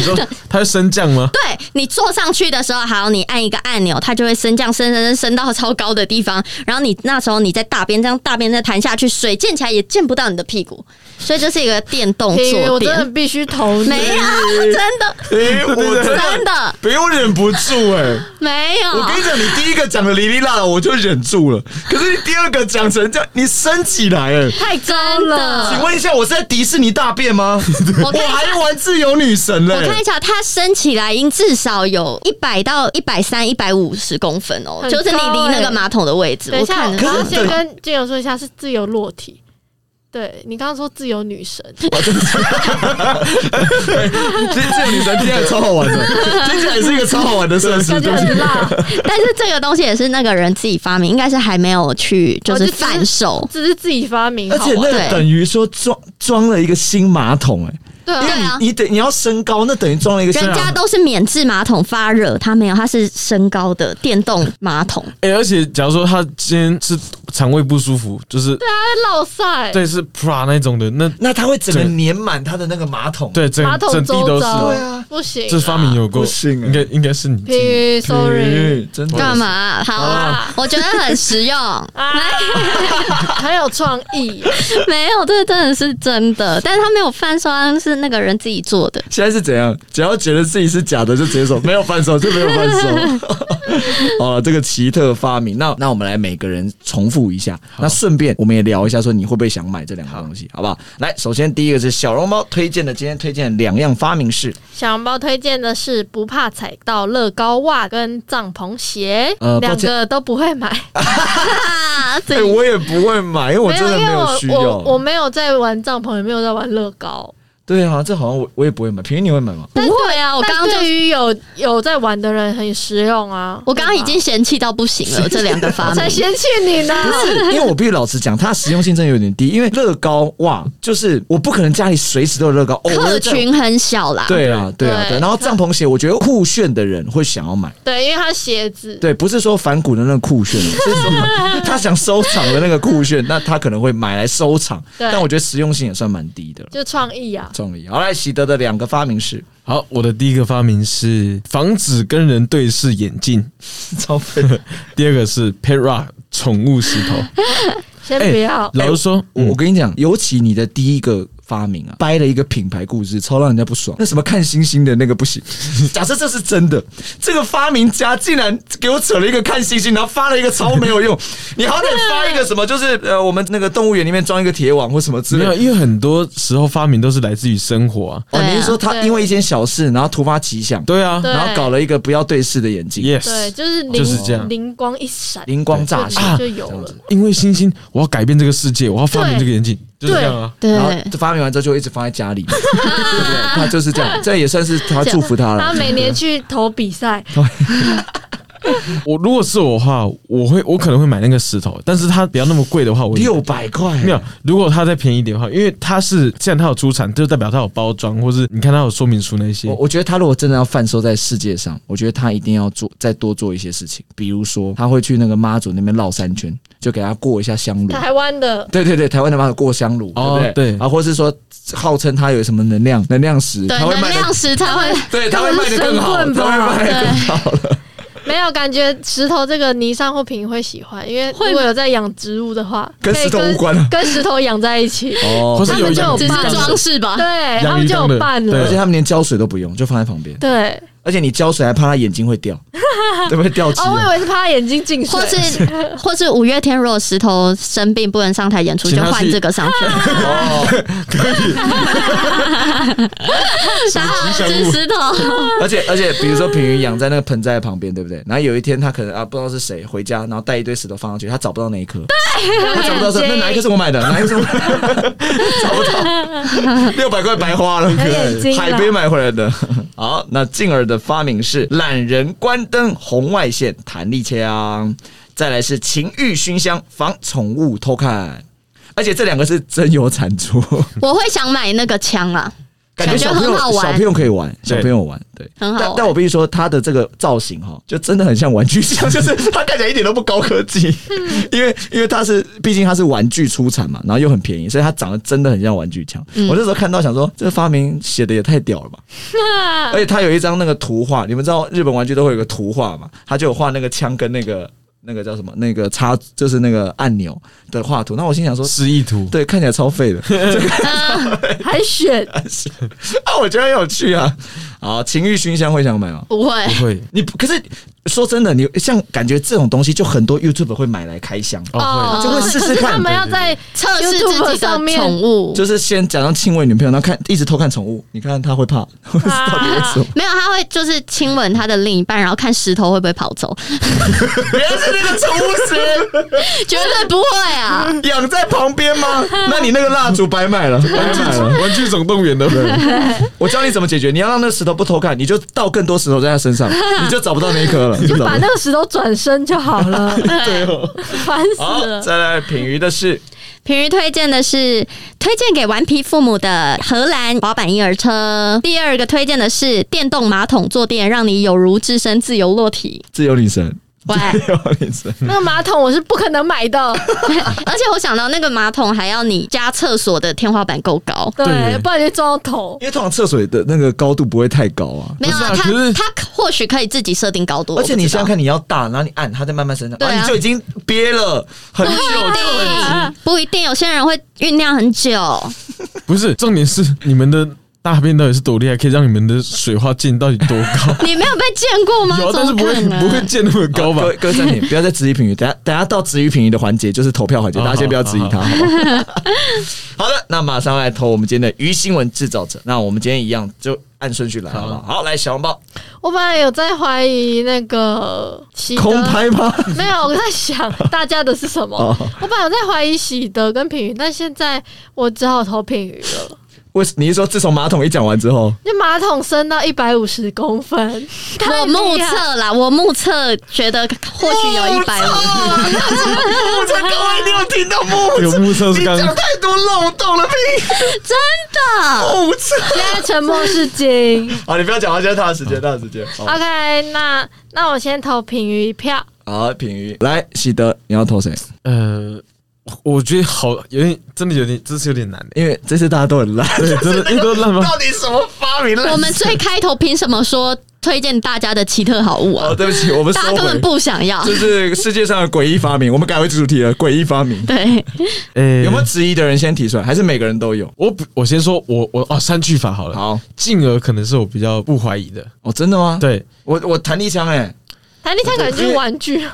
[SPEAKER 4] 说它会升降吗？
[SPEAKER 2] 对你坐上去的时候，好，你按一个按钮，它就会升降，升升升升到超高的地方。然后你那时候你在大便，这样大便再弹下去，水溅起来也溅不到你的屁股，所以这是一个电动
[SPEAKER 3] 因为
[SPEAKER 2] 坐
[SPEAKER 3] 我真的
[SPEAKER 2] 垫。
[SPEAKER 3] 必须投你。
[SPEAKER 2] 没有， 真的
[SPEAKER 1] 哎，我真的
[SPEAKER 2] 真的
[SPEAKER 1] 被我忍不住哎。
[SPEAKER 2] 没有。
[SPEAKER 1] 我跟你讲，你第一个讲的哩哩啦啦，我就忍住了。可是你第二个讲成这样，
[SPEAKER 2] 啊
[SPEAKER 1] 你升起来哎。
[SPEAKER 3] 太高
[SPEAKER 2] 真
[SPEAKER 3] 了，
[SPEAKER 2] 的
[SPEAKER 1] 请问一下，我是在迪士尼大便 吗？
[SPEAKER 2] 我
[SPEAKER 1] 我
[SPEAKER 2] 看一
[SPEAKER 1] 还
[SPEAKER 2] 下。
[SPEAKER 1] 玩自由女神嘞
[SPEAKER 2] 我！看一下，它升起来应至少有一百到一百三、一百五十公分哦，
[SPEAKER 3] 很
[SPEAKER 2] 就是你
[SPEAKER 3] 高
[SPEAKER 2] 离那
[SPEAKER 3] 欸
[SPEAKER 2] 个马桶的位置。
[SPEAKER 3] 等一
[SPEAKER 2] 我看
[SPEAKER 3] 下，我
[SPEAKER 2] 得
[SPEAKER 3] 要
[SPEAKER 2] 到
[SPEAKER 3] 先跟金友说一下，是自由落体。对你刚刚说自由女神，
[SPEAKER 1] 其实自由女神听起来超好玩 的，听起来也是一个超好玩的设施。
[SPEAKER 2] 啊
[SPEAKER 3] 感觉很辣，
[SPEAKER 2] 但是这个东西也是那个人自己发明，应该是还没有去就是
[SPEAKER 3] 哦就只是
[SPEAKER 2] 贩售。
[SPEAKER 3] 只是自己发明
[SPEAKER 1] 而
[SPEAKER 3] 好
[SPEAKER 1] 且那
[SPEAKER 3] 玩。
[SPEAKER 2] 对
[SPEAKER 1] 个等于说装装了一个新马桶、欸，
[SPEAKER 3] 对
[SPEAKER 1] 哎，
[SPEAKER 3] 啊
[SPEAKER 1] 因
[SPEAKER 2] 对
[SPEAKER 1] 为
[SPEAKER 2] 啊
[SPEAKER 1] 你你得你要升高，那等于装了一个新
[SPEAKER 2] 人
[SPEAKER 1] 马
[SPEAKER 2] 家
[SPEAKER 1] 桶。
[SPEAKER 2] 都是免治马桶发热，它没有，它是升高的电动马桶。
[SPEAKER 4] 哎、而且假如说他今天是肠胃不舒服，就是
[SPEAKER 3] 那落塞，
[SPEAKER 4] 对是 pra 那种的，那
[SPEAKER 1] 那它会整个粘满它的那个马桶。，
[SPEAKER 4] 对整
[SPEAKER 3] 马桶
[SPEAKER 4] 整地
[SPEAKER 3] 周
[SPEAKER 4] 都是，
[SPEAKER 3] 遭，
[SPEAKER 1] 对啊
[SPEAKER 3] 不行啊，
[SPEAKER 4] 这发明有过，
[SPEAKER 1] 不行啊
[SPEAKER 4] 应该应该是你自己。
[SPEAKER 3] 屁，sorry，
[SPEAKER 1] 真的
[SPEAKER 2] 干？嘛？好啊，我觉得很实用。
[SPEAKER 3] 啊， 很有创意，
[SPEAKER 2] 没有，这真的是真的，但是他没有贩售，它是那个人自己做的。
[SPEAKER 1] 现在是怎样？只要觉得自己是假的，就直接说没有翻手，就没有翻手。哦，这个奇特发明，那那我们来每个人重复一下，那顺便我们也聊一下，说你会不会想买这两个东西，好不好？来，首先第一个是小笼包推荐的，今天推荐的两样发明是
[SPEAKER 3] 小笼包推荐的是不怕踩到乐高袜跟帐篷鞋
[SPEAKER 1] 呃，抱
[SPEAKER 3] 两
[SPEAKER 1] 歉
[SPEAKER 3] 个都不会 买。
[SPEAKER 2] 啊，
[SPEAKER 1] 哎、
[SPEAKER 2] 对，
[SPEAKER 1] 我也不会买，因为我真的
[SPEAKER 3] 因
[SPEAKER 1] 没
[SPEAKER 3] 为
[SPEAKER 1] 有需
[SPEAKER 3] 我
[SPEAKER 1] 要。
[SPEAKER 3] 我我没有在玩帐篷，也没有在玩乐高。
[SPEAKER 1] 对啊，这好像我我也不会买，平云你会买吗？
[SPEAKER 2] 不会啊，我
[SPEAKER 3] 但
[SPEAKER 2] 刚刚就
[SPEAKER 3] 对于有有在玩的人很实用啊。
[SPEAKER 2] 我刚刚已经嫌弃到不行了，这两个发
[SPEAKER 3] 我
[SPEAKER 2] 明
[SPEAKER 3] 才。嫌弃你 呢，
[SPEAKER 1] 不是，因为我必须老实讲，它的实用性真的有点低。因为乐高哇，就是我不可能家里随时都有乐高，哦、我
[SPEAKER 2] 客
[SPEAKER 1] 就在
[SPEAKER 2] 群很小啦，
[SPEAKER 1] 对啊，对啊，
[SPEAKER 3] 对
[SPEAKER 1] 对。然后帐篷鞋，我觉得酷炫的人会想要买，
[SPEAKER 3] 对，因为它鞋子，
[SPEAKER 1] 对，不是说反骨的那个酷炫，是 说他想收藏的那个酷炫，那他可能会买来收藏。
[SPEAKER 3] 对
[SPEAKER 1] 但我觉得实用性也算蛮低的了。
[SPEAKER 3] 就创意啊，
[SPEAKER 1] 终于，好来，喜德的两个发明是
[SPEAKER 4] 好，我的第一个发明是防止跟人对视眼镜，
[SPEAKER 1] 超费，
[SPEAKER 4] 第二个是 Pet Rock 宠物石头。
[SPEAKER 3] 先
[SPEAKER 4] 哎
[SPEAKER 3] 不要。
[SPEAKER 4] 老实说，
[SPEAKER 1] 欸我
[SPEAKER 4] 嗯
[SPEAKER 1] 我跟你讲，尤其你的第一个发明啊，掰了一个品牌故事，超让人家不爽。那什么看星星的那个不 行。假设这是真的，这个发明家竟然给我扯了一个看星星，然后发了一个超没有 用。你好歹发一个什么，就是呃，我们那个动物园里面装一个铁网或什么之
[SPEAKER 4] 没
[SPEAKER 1] 类的。
[SPEAKER 4] 有，因为很多时候发明都是来自于生活啊。
[SPEAKER 1] 哦，
[SPEAKER 2] 对啊
[SPEAKER 1] 你是说他因为一件小事，然后突发奇想，
[SPEAKER 4] 对啊
[SPEAKER 5] 对
[SPEAKER 1] 然后搞了一个不要对视的眼镜，
[SPEAKER 4] ，yes，
[SPEAKER 5] 对，就是灵
[SPEAKER 4] 就是这样
[SPEAKER 5] 灵光一闪，
[SPEAKER 1] 灵光乍现
[SPEAKER 5] 就有
[SPEAKER 1] 啊这样
[SPEAKER 5] 了
[SPEAKER 1] 子。
[SPEAKER 4] 因为星星，我要改变这个世界，我要发明这个眼镜，就是这样啊。
[SPEAKER 2] 对
[SPEAKER 1] 然后发明完之后就一直放在家里，对不对？他就是这样，这也算是他祝福他
[SPEAKER 5] 他
[SPEAKER 1] 了。
[SPEAKER 5] 每年去投比赛，
[SPEAKER 1] 嗯
[SPEAKER 4] 我如果是我的话，我会我可能会买那个石头，但是它不要那么贵的话，我
[SPEAKER 1] 六百块，
[SPEAKER 4] 没有。如果它再便宜一点的话，因为它是既然它有出产，就代表它有包装，或是你看它有说明书那些
[SPEAKER 1] 我。我觉得他如果真的要贩售在世界上，我觉得他一定要做再多做一些事情，比如说他会去那个妈祖那边绕三圈，就给他过一下香炉。
[SPEAKER 5] 台湾的
[SPEAKER 1] 对对对，台湾的妈祖过香炉，
[SPEAKER 4] 哦
[SPEAKER 1] 对不对？
[SPEAKER 4] 对
[SPEAKER 1] 啊，或是说号称他有什么能量能量石，
[SPEAKER 2] 对，
[SPEAKER 1] 他会
[SPEAKER 2] 能
[SPEAKER 1] 卖
[SPEAKER 2] 量
[SPEAKER 1] 的，
[SPEAKER 2] 石它会
[SPEAKER 1] 对，他会卖的更好，
[SPEAKER 5] 他们是神棍
[SPEAKER 1] 他
[SPEAKER 5] 吧
[SPEAKER 1] 会卖的更好了。
[SPEAKER 5] 没有感觉，石头这个泥上或品会喜欢，因为如
[SPEAKER 3] 会吗
[SPEAKER 5] 果有在养植物的话，
[SPEAKER 1] 跟
[SPEAKER 5] 可以
[SPEAKER 1] 石头无关啊
[SPEAKER 5] 跟跟石头养在一 起。
[SPEAKER 4] 或
[SPEAKER 1] 哦，
[SPEAKER 4] 是
[SPEAKER 5] 他
[SPEAKER 4] 有
[SPEAKER 5] 们就
[SPEAKER 4] 养
[SPEAKER 5] 有
[SPEAKER 2] 只
[SPEAKER 5] 办
[SPEAKER 2] 是
[SPEAKER 5] 法
[SPEAKER 2] 装饰
[SPEAKER 1] 啊
[SPEAKER 2] 吧？
[SPEAKER 5] 对，
[SPEAKER 4] 养
[SPEAKER 5] 他们
[SPEAKER 4] 鱼
[SPEAKER 5] 就
[SPEAKER 4] 缸的
[SPEAKER 5] 有办
[SPEAKER 4] 对
[SPEAKER 1] 而且
[SPEAKER 5] 了。
[SPEAKER 1] 他们连胶水都不用，就放在旁边，
[SPEAKER 5] 对，
[SPEAKER 1] 而且你胶水还怕他眼睛会 掉，对不对？掉漆啊。
[SPEAKER 5] 哦，我以为是怕他眼睛进水，
[SPEAKER 2] 或是 或是五月天如果石头生病不能上台演出，
[SPEAKER 4] 请
[SPEAKER 2] 就
[SPEAKER 4] 他
[SPEAKER 2] 换
[SPEAKER 4] 去
[SPEAKER 2] 这个上 去，
[SPEAKER 5] 啊
[SPEAKER 1] 哦
[SPEAKER 2] 然后是啊石头，
[SPEAKER 1] 而且而且，比如说品鱼养在那个盆栽的旁边，对不对？然后有一天他可能啊，不知道是谁回家，然后带一堆石头放上去，他找不到那一颗，他找不到说那哪一颗是我买的，哪一颗是我买的，找不到， 六百块白花了，
[SPEAKER 5] 有眼睛啦
[SPEAKER 1] 海边买回来的。 好，那进而的发明是懒人关灯、红外线弹力枪，再来是情欲熏香防宠物偷看，而且这两个是真有产出，
[SPEAKER 2] 我会想买那个枪啊，
[SPEAKER 1] 感觉小朋友
[SPEAKER 2] 感觉很好玩
[SPEAKER 1] 小朋友可以玩，小
[SPEAKER 4] 对
[SPEAKER 1] 朋友玩对。
[SPEAKER 2] 很
[SPEAKER 1] 但
[SPEAKER 2] 好欸
[SPEAKER 1] 但
[SPEAKER 2] 玩。
[SPEAKER 1] 我必须说，它的这个造型哈，就真的很像玩具枪， 就是它看起来一点都不高科技，
[SPEAKER 2] 嗯
[SPEAKER 1] 因为因为它是毕竟它是玩具出产嘛，然后又很便宜，所以它长得真的很像玩具枪。
[SPEAKER 2] 嗯
[SPEAKER 1] 我那时候看到想说，这发明写的也太屌了吧！
[SPEAKER 2] 嗯
[SPEAKER 1] 而且它有一张那个图画，你们知道日本玩具都会有个图画嘛，它就有画那个枪跟那个。那个叫什么？那个插就是那个按钮的画图。那我心想说，
[SPEAKER 4] 示意图，
[SPEAKER 1] 对，看起来超废的。
[SPEAKER 5] 还选
[SPEAKER 1] 啊，我觉得很有趣啊。好，情欲熏香会想买吗？
[SPEAKER 2] 不会
[SPEAKER 4] 不，会
[SPEAKER 1] 你不可是说真的，你像感觉这种东西，就很多 YouTube 会买来开箱，
[SPEAKER 4] 哦
[SPEAKER 1] 就会试试
[SPEAKER 5] 可是他
[SPEAKER 1] 看。
[SPEAKER 5] 们要在
[SPEAKER 2] 测试自己
[SPEAKER 5] YouTube
[SPEAKER 2] 的
[SPEAKER 5] 上面
[SPEAKER 2] 宠物，
[SPEAKER 1] 就是先假装亲吻女朋友，然后看一直偷看宠物，你看他会怕， 到底为
[SPEAKER 5] 啊
[SPEAKER 1] 什么？
[SPEAKER 2] 没有，他会就是亲吻他的另一半，然后看石头会不会跑走，
[SPEAKER 1] 原来是那个宠物
[SPEAKER 2] 绝对不会啊！
[SPEAKER 1] 师养在旁边吗？那你那个蜡烛白买了，
[SPEAKER 2] 哦
[SPEAKER 1] 白买
[SPEAKER 4] 会，
[SPEAKER 1] 了。
[SPEAKER 4] 玩具总动员的，
[SPEAKER 1] 我教你怎么解决，你要让那石头不偷看，你就倒更多石头在他身上，你就找不到那一颗了。就找不
[SPEAKER 5] 把
[SPEAKER 1] 到
[SPEAKER 5] 那个石头转身就好 了，
[SPEAKER 1] 对哦。
[SPEAKER 5] 烦
[SPEAKER 1] 好
[SPEAKER 5] 死，了。
[SPEAKER 1] 啊再来品鱼的是
[SPEAKER 2] 平日推荐的是推荐给顽皮父母的荷兰滑板婴儿车，第二个推荐的是电动马桶坐垫，让你有如置身自由落体。
[SPEAKER 1] 自由女神，
[SPEAKER 2] 喂，
[SPEAKER 1] 自由女神。
[SPEAKER 5] 那个马桶我是不可能买 的，
[SPEAKER 2] 而且我想到那个马桶还要你家厕所的天花板够高，
[SPEAKER 5] 对
[SPEAKER 4] 对，
[SPEAKER 5] 不然就撞到头。
[SPEAKER 1] 因为通常厕所的那个高度不会太高啊，
[SPEAKER 2] 没有啊，
[SPEAKER 4] 不是啊可
[SPEAKER 2] 它
[SPEAKER 4] 是
[SPEAKER 2] 它或许可以自己设定高度，
[SPEAKER 1] 而且
[SPEAKER 2] 我不知道
[SPEAKER 1] 你想想，看，你要大，然后你按，它在慢慢生长，
[SPEAKER 2] 对啊
[SPEAKER 1] 然后你就已经憋了很久，
[SPEAKER 2] 不一
[SPEAKER 1] 就很
[SPEAKER 2] 定，不一定，有些人会酝酿很久，
[SPEAKER 4] 不是重点是你们的大便到底是多厉害，可以让你们的水花溅到底多 高？
[SPEAKER 2] 你没有被见过吗？
[SPEAKER 4] 有啊，
[SPEAKER 2] 怎
[SPEAKER 4] 但是
[SPEAKER 2] 么
[SPEAKER 4] 不会
[SPEAKER 2] 可能？
[SPEAKER 4] 不会溅那么 高吧
[SPEAKER 1] 各？位各位三点，不要再质疑评语，等下等下到质疑评语的环节就是投票环节，
[SPEAKER 4] 哦
[SPEAKER 1] 大家先不要质疑它，
[SPEAKER 4] 好
[SPEAKER 1] 好不好？ 好的，那马上来投我们今天的鱼新闻制造者。那我们今天一样就按顺序来，好不好？好，来小红包，
[SPEAKER 5] 我本来有在怀疑那个喜德，
[SPEAKER 1] 空拍吗？
[SPEAKER 5] 没有，我在想大家的是什么。
[SPEAKER 1] 哦，
[SPEAKER 5] 我本来有在怀疑喜德跟品鱼，但现在我只好投品鱼了。
[SPEAKER 1] 为你是说自从马桶一讲完之后，
[SPEAKER 5] 就马桶升到一百五十公 分，
[SPEAKER 2] 我目测啦，我目测觉得或许有一百五，
[SPEAKER 1] 我在各位，你 有听到木
[SPEAKER 4] 有目测
[SPEAKER 1] 你
[SPEAKER 4] 是刚
[SPEAKER 1] 讲太多漏洞了，屁
[SPEAKER 2] 真的。
[SPEAKER 1] 木车。
[SPEAKER 5] 现在沉默是金。
[SPEAKER 1] 好，你不要讲话，现在他的时间，他的时间。好
[SPEAKER 5] OK，那那我先投品鱼一票。
[SPEAKER 1] 好，品鱼来，喜德，你要投谁？
[SPEAKER 4] 呃，我觉得好有点，真的有点，这是有点难的、
[SPEAKER 1] 因为这次大家都很烂。
[SPEAKER 4] 对，真的，因为都烂吗？
[SPEAKER 1] 到底什么发明了？
[SPEAKER 2] 我们最开头凭什么说推荐大家的奇特好物啊
[SPEAKER 1] 哦，？对不起，我们收
[SPEAKER 2] 大家根
[SPEAKER 1] 回
[SPEAKER 2] 本。不 想要。
[SPEAKER 1] 就是世界上的诡异发明，我们改为主题了。诡异发明
[SPEAKER 2] 对，
[SPEAKER 4] 诶
[SPEAKER 1] 有没有质疑的人先提出来，还是每个人都有？
[SPEAKER 4] 呃我不我先说，我我哦，三句法好了。
[SPEAKER 1] 好，
[SPEAKER 4] 进而可能是我比较不怀疑 的。
[SPEAKER 1] 哦，真的吗？，
[SPEAKER 4] 对
[SPEAKER 1] 我我弹力枪哎、
[SPEAKER 3] 弹力枪感觉就是玩具啊，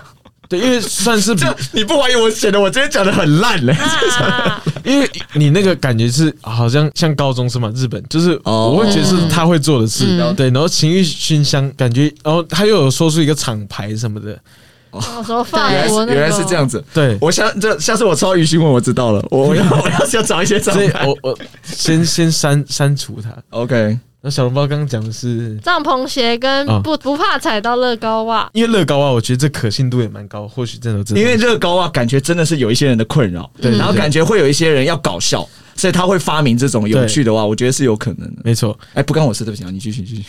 [SPEAKER 4] 对，因为算是 比
[SPEAKER 1] 这，你不怀疑我显得我今天讲的很 烂嘞、
[SPEAKER 5] 啊
[SPEAKER 4] 因为你那个感觉是好像像高中生嘛，日本就是
[SPEAKER 1] 哦
[SPEAKER 4] 我会觉得是他会做的事，
[SPEAKER 2] 嗯
[SPEAKER 4] 对，然后情欲熏香，感觉，然后他又有说出一个厂牌什么的，
[SPEAKER 5] 哦
[SPEAKER 3] 我说法
[SPEAKER 1] 原来
[SPEAKER 3] 国
[SPEAKER 1] 是
[SPEAKER 3] 那个
[SPEAKER 1] 原来是这样子。
[SPEAKER 4] 对，
[SPEAKER 1] 我下这下次我抄鱼询问我知道了，我我要我要想找一些照
[SPEAKER 4] 所以
[SPEAKER 1] 片。
[SPEAKER 4] 我我先先删删除它。
[SPEAKER 1] OK，
[SPEAKER 4] 那小笼包刚刚讲的是。
[SPEAKER 3] 帐篷鞋跟
[SPEAKER 1] 嗯
[SPEAKER 4] 啊
[SPEAKER 3] 不、不怕踩到乐高袜，
[SPEAKER 4] 因为乐高啊，我觉得这可信度也蛮高，或许真的有这种
[SPEAKER 1] 因为乐高啊，感觉真的是有一些人的困扰，
[SPEAKER 4] 对
[SPEAKER 1] 然后
[SPEAKER 4] 对
[SPEAKER 1] 感觉会有一些人要搞笑，所以他会发明这种有趣的话，我觉得是有可能的。
[SPEAKER 4] 没错。
[SPEAKER 1] 哎，不干我事，对不起啊，你继续继续。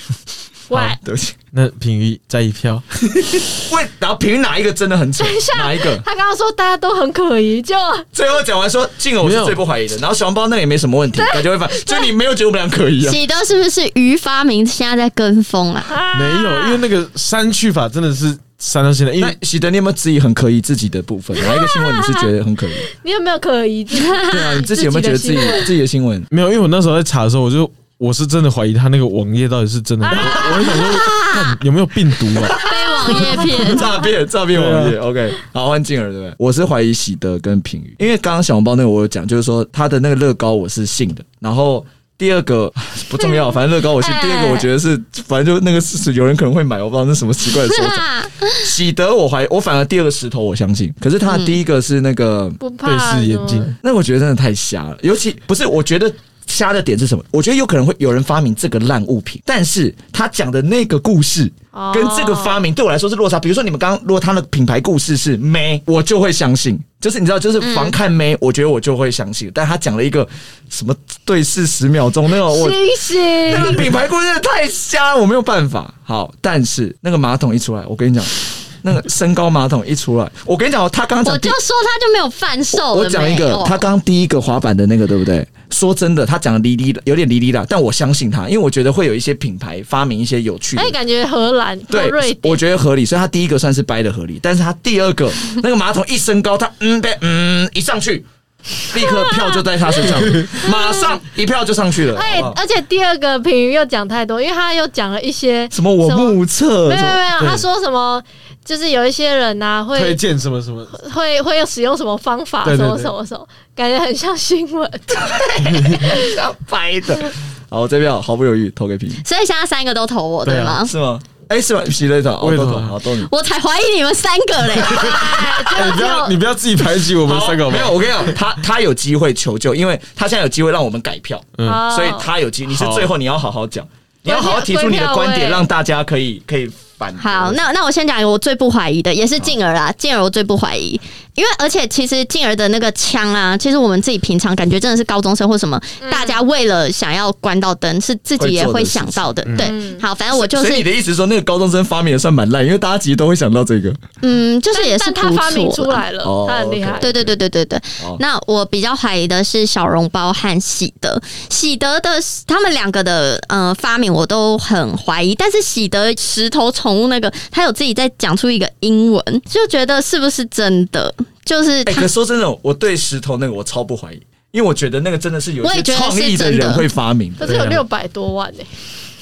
[SPEAKER 3] 喂，
[SPEAKER 1] 对不起。
[SPEAKER 4] 那品瑜再一票，
[SPEAKER 1] 问，然后评哪一个真的很蠢？哪一个？
[SPEAKER 3] 他刚刚说大家都很可疑，就啊
[SPEAKER 1] 最后讲完说，静儿我
[SPEAKER 4] 没
[SPEAKER 1] 是
[SPEAKER 4] 有
[SPEAKER 1] 最不怀疑的，然后小笼包那也没什么问题，感觉会反，就你没有觉得我们俩可疑啊？
[SPEAKER 2] 喜德是不是鱼发明现在在跟风 啊？
[SPEAKER 3] 啊
[SPEAKER 4] 没有，因为那个删去法真的是删到现在，因
[SPEAKER 1] 那
[SPEAKER 4] 为
[SPEAKER 1] 喜德，你有没有质疑很可疑自己的部分？哪一个新闻你是觉得很可疑？
[SPEAKER 3] 你有没有可疑？
[SPEAKER 1] 对啊，你 自己有没有觉得自己自己的新 闻？。
[SPEAKER 4] 没有，因为我那时候在查的时候，我就我是真的怀疑他那个网页到底是真的，我就想说看有没有病毒 啊？
[SPEAKER 2] 被网页骗
[SPEAKER 1] 诈骗诈骗网页、o k 啊好换静儿对不对？我是怀疑喜德跟平宇，因为刚刚小红包那个我有讲，就是说他的那个乐高我是信的，然后。第二个 不重要，反正乐高我信。第二个我觉得是，反正就那个是有人可能会买，我不知道那什么奇怪的手 法。
[SPEAKER 2] 啊
[SPEAKER 1] 喜德我怀，我反而第二个石头我相信，可是他的第一个是那个，
[SPEAKER 3] 不怕
[SPEAKER 4] 对视
[SPEAKER 3] 什
[SPEAKER 4] 眼
[SPEAKER 3] 么
[SPEAKER 4] 镜，
[SPEAKER 1] 那我觉得真的太瞎了。尤其不是，我觉得瞎的点是什么？我觉得有可能会有人发明这个烂物品，但是他讲的那个故事
[SPEAKER 3] 哦
[SPEAKER 1] 跟这个发明对我来说是落差。比如说你们刚刚，如果他的品牌故事是妹，我就会相信。就是你知道，就是防看妹，我觉得我就会相信。但他讲了一个什么对视十秒钟那个，我
[SPEAKER 3] 星星
[SPEAKER 1] 那个品牌故事太瞎，我没有办法。好，但是那个马桶一出来，我跟你讲，那个身高马桶一出来，我跟你讲哦，他刚刚
[SPEAKER 2] 我
[SPEAKER 1] 讲第
[SPEAKER 2] 就说他就没有贩售
[SPEAKER 1] 我讲一
[SPEAKER 2] 没
[SPEAKER 1] 个
[SPEAKER 2] 有，
[SPEAKER 1] 他刚刚第一个滑板的那个，对不对？说真的，他讲的离离的，有点离离的，但我相信他，因为我觉得会有一些品牌发明一些有趣的
[SPEAKER 3] 哎、。感觉荷兰、或
[SPEAKER 1] 对
[SPEAKER 3] 瑞，典
[SPEAKER 1] 我觉得合理，所以他第一个算是掰的合理，但是他第二个那个马桶一升高，他嗯被嗯一上去，立刻票就在他身上，马上一票就上去了。啊
[SPEAKER 3] 哎、
[SPEAKER 1] 好不好
[SPEAKER 3] 而且第二个评语又讲太多，因为他又讲了一些
[SPEAKER 1] 什么我
[SPEAKER 3] 什么
[SPEAKER 1] 目测
[SPEAKER 3] 没有
[SPEAKER 1] 什
[SPEAKER 3] 没有
[SPEAKER 1] 么
[SPEAKER 3] 没有，
[SPEAKER 4] 对
[SPEAKER 3] 他说什么就是有一些人呐、
[SPEAKER 4] 推
[SPEAKER 3] 会
[SPEAKER 4] 荐什么什么？
[SPEAKER 3] 会会有使用什么方法
[SPEAKER 4] 对
[SPEAKER 3] 什
[SPEAKER 4] 对
[SPEAKER 3] 么
[SPEAKER 4] 对
[SPEAKER 3] 什么什么，感觉很像新闻。
[SPEAKER 1] 掰的。好，我这边毫不犹豫投给 P，
[SPEAKER 2] 所以现在三个都投我，
[SPEAKER 4] 对
[SPEAKER 2] 对
[SPEAKER 4] 啊
[SPEAKER 2] 吗？
[SPEAKER 1] 是吗？哎，是吗？皮雷头，
[SPEAKER 4] 我
[SPEAKER 1] 哦
[SPEAKER 4] 也
[SPEAKER 1] 都
[SPEAKER 4] 投
[SPEAKER 1] 投，
[SPEAKER 4] 啊
[SPEAKER 1] 好都你。
[SPEAKER 2] 我才怀疑你们三个 嘞，
[SPEAKER 4] 哎你不要你不要自己排挤我们三个好不
[SPEAKER 1] 没有，
[SPEAKER 4] 好？
[SPEAKER 1] 我跟你讲，他他有机会求救，因为他现在有机会让我们改票，
[SPEAKER 4] 嗯，
[SPEAKER 3] 哦
[SPEAKER 1] 所以他有机。你是
[SPEAKER 4] 好
[SPEAKER 1] 最后你要好好讲，你要好好提出你的观点，让大家可以可以反驳。
[SPEAKER 2] 好，那那我先讲一个我最不怀疑的，也是静儿啦。静儿我最不怀疑，因为而且其实静儿的那个枪啊，其实我们自己平常感觉真的是高中生或什么，
[SPEAKER 3] 嗯
[SPEAKER 2] 大家为了想要关到灯，是自己也会想到的。对，好，反正我就
[SPEAKER 1] 嗯所以你
[SPEAKER 2] 是
[SPEAKER 1] 的意思是说，那个高中生发明的算蛮烂，因为大家其实都会想到这个。
[SPEAKER 2] 嗯，就是也是
[SPEAKER 3] 但他发明
[SPEAKER 2] 不
[SPEAKER 3] 出
[SPEAKER 2] 错啦。
[SPEAKER 3] 来了，
[SPEAKER 1] 哦
[SPEAKER 3] 他很厉害。
[SPEAKER 2] 对对对对对对
[SPEAKER 1] 哦。
[SPEAKER 2] 那我比较怀疑的是小笼包和喜德，喜德的他们两个的呃发明我都很怀疑，但是喜德石头宠物那个，他有自己在讲出一个英文，就觉得是不是真的？就是
[SPEAKER 1] 哎，
[SPEAKER 2] 他
[SPEAKER 1] 可说真的，我对石头那个我超不怀疑，因为我觉得那个真的是有
[SPEAKER 2] 我
[SPEAKER 1] 些
[SPEAKER 2] 也觉得
[SPEAKER 1] 创意
[SPEAKER 2] 是
[SPEAKER 1] 的
[SPEAKER 2] 真的
[SPEAKER 1] 人会发明
[SPEAKER 3] 可
[SPEAKER 1] 的。
[SPEAKER 3] 是有
[SPEAKER 4] 对啊
[SPEAKER 3] 六百多万欸 呢、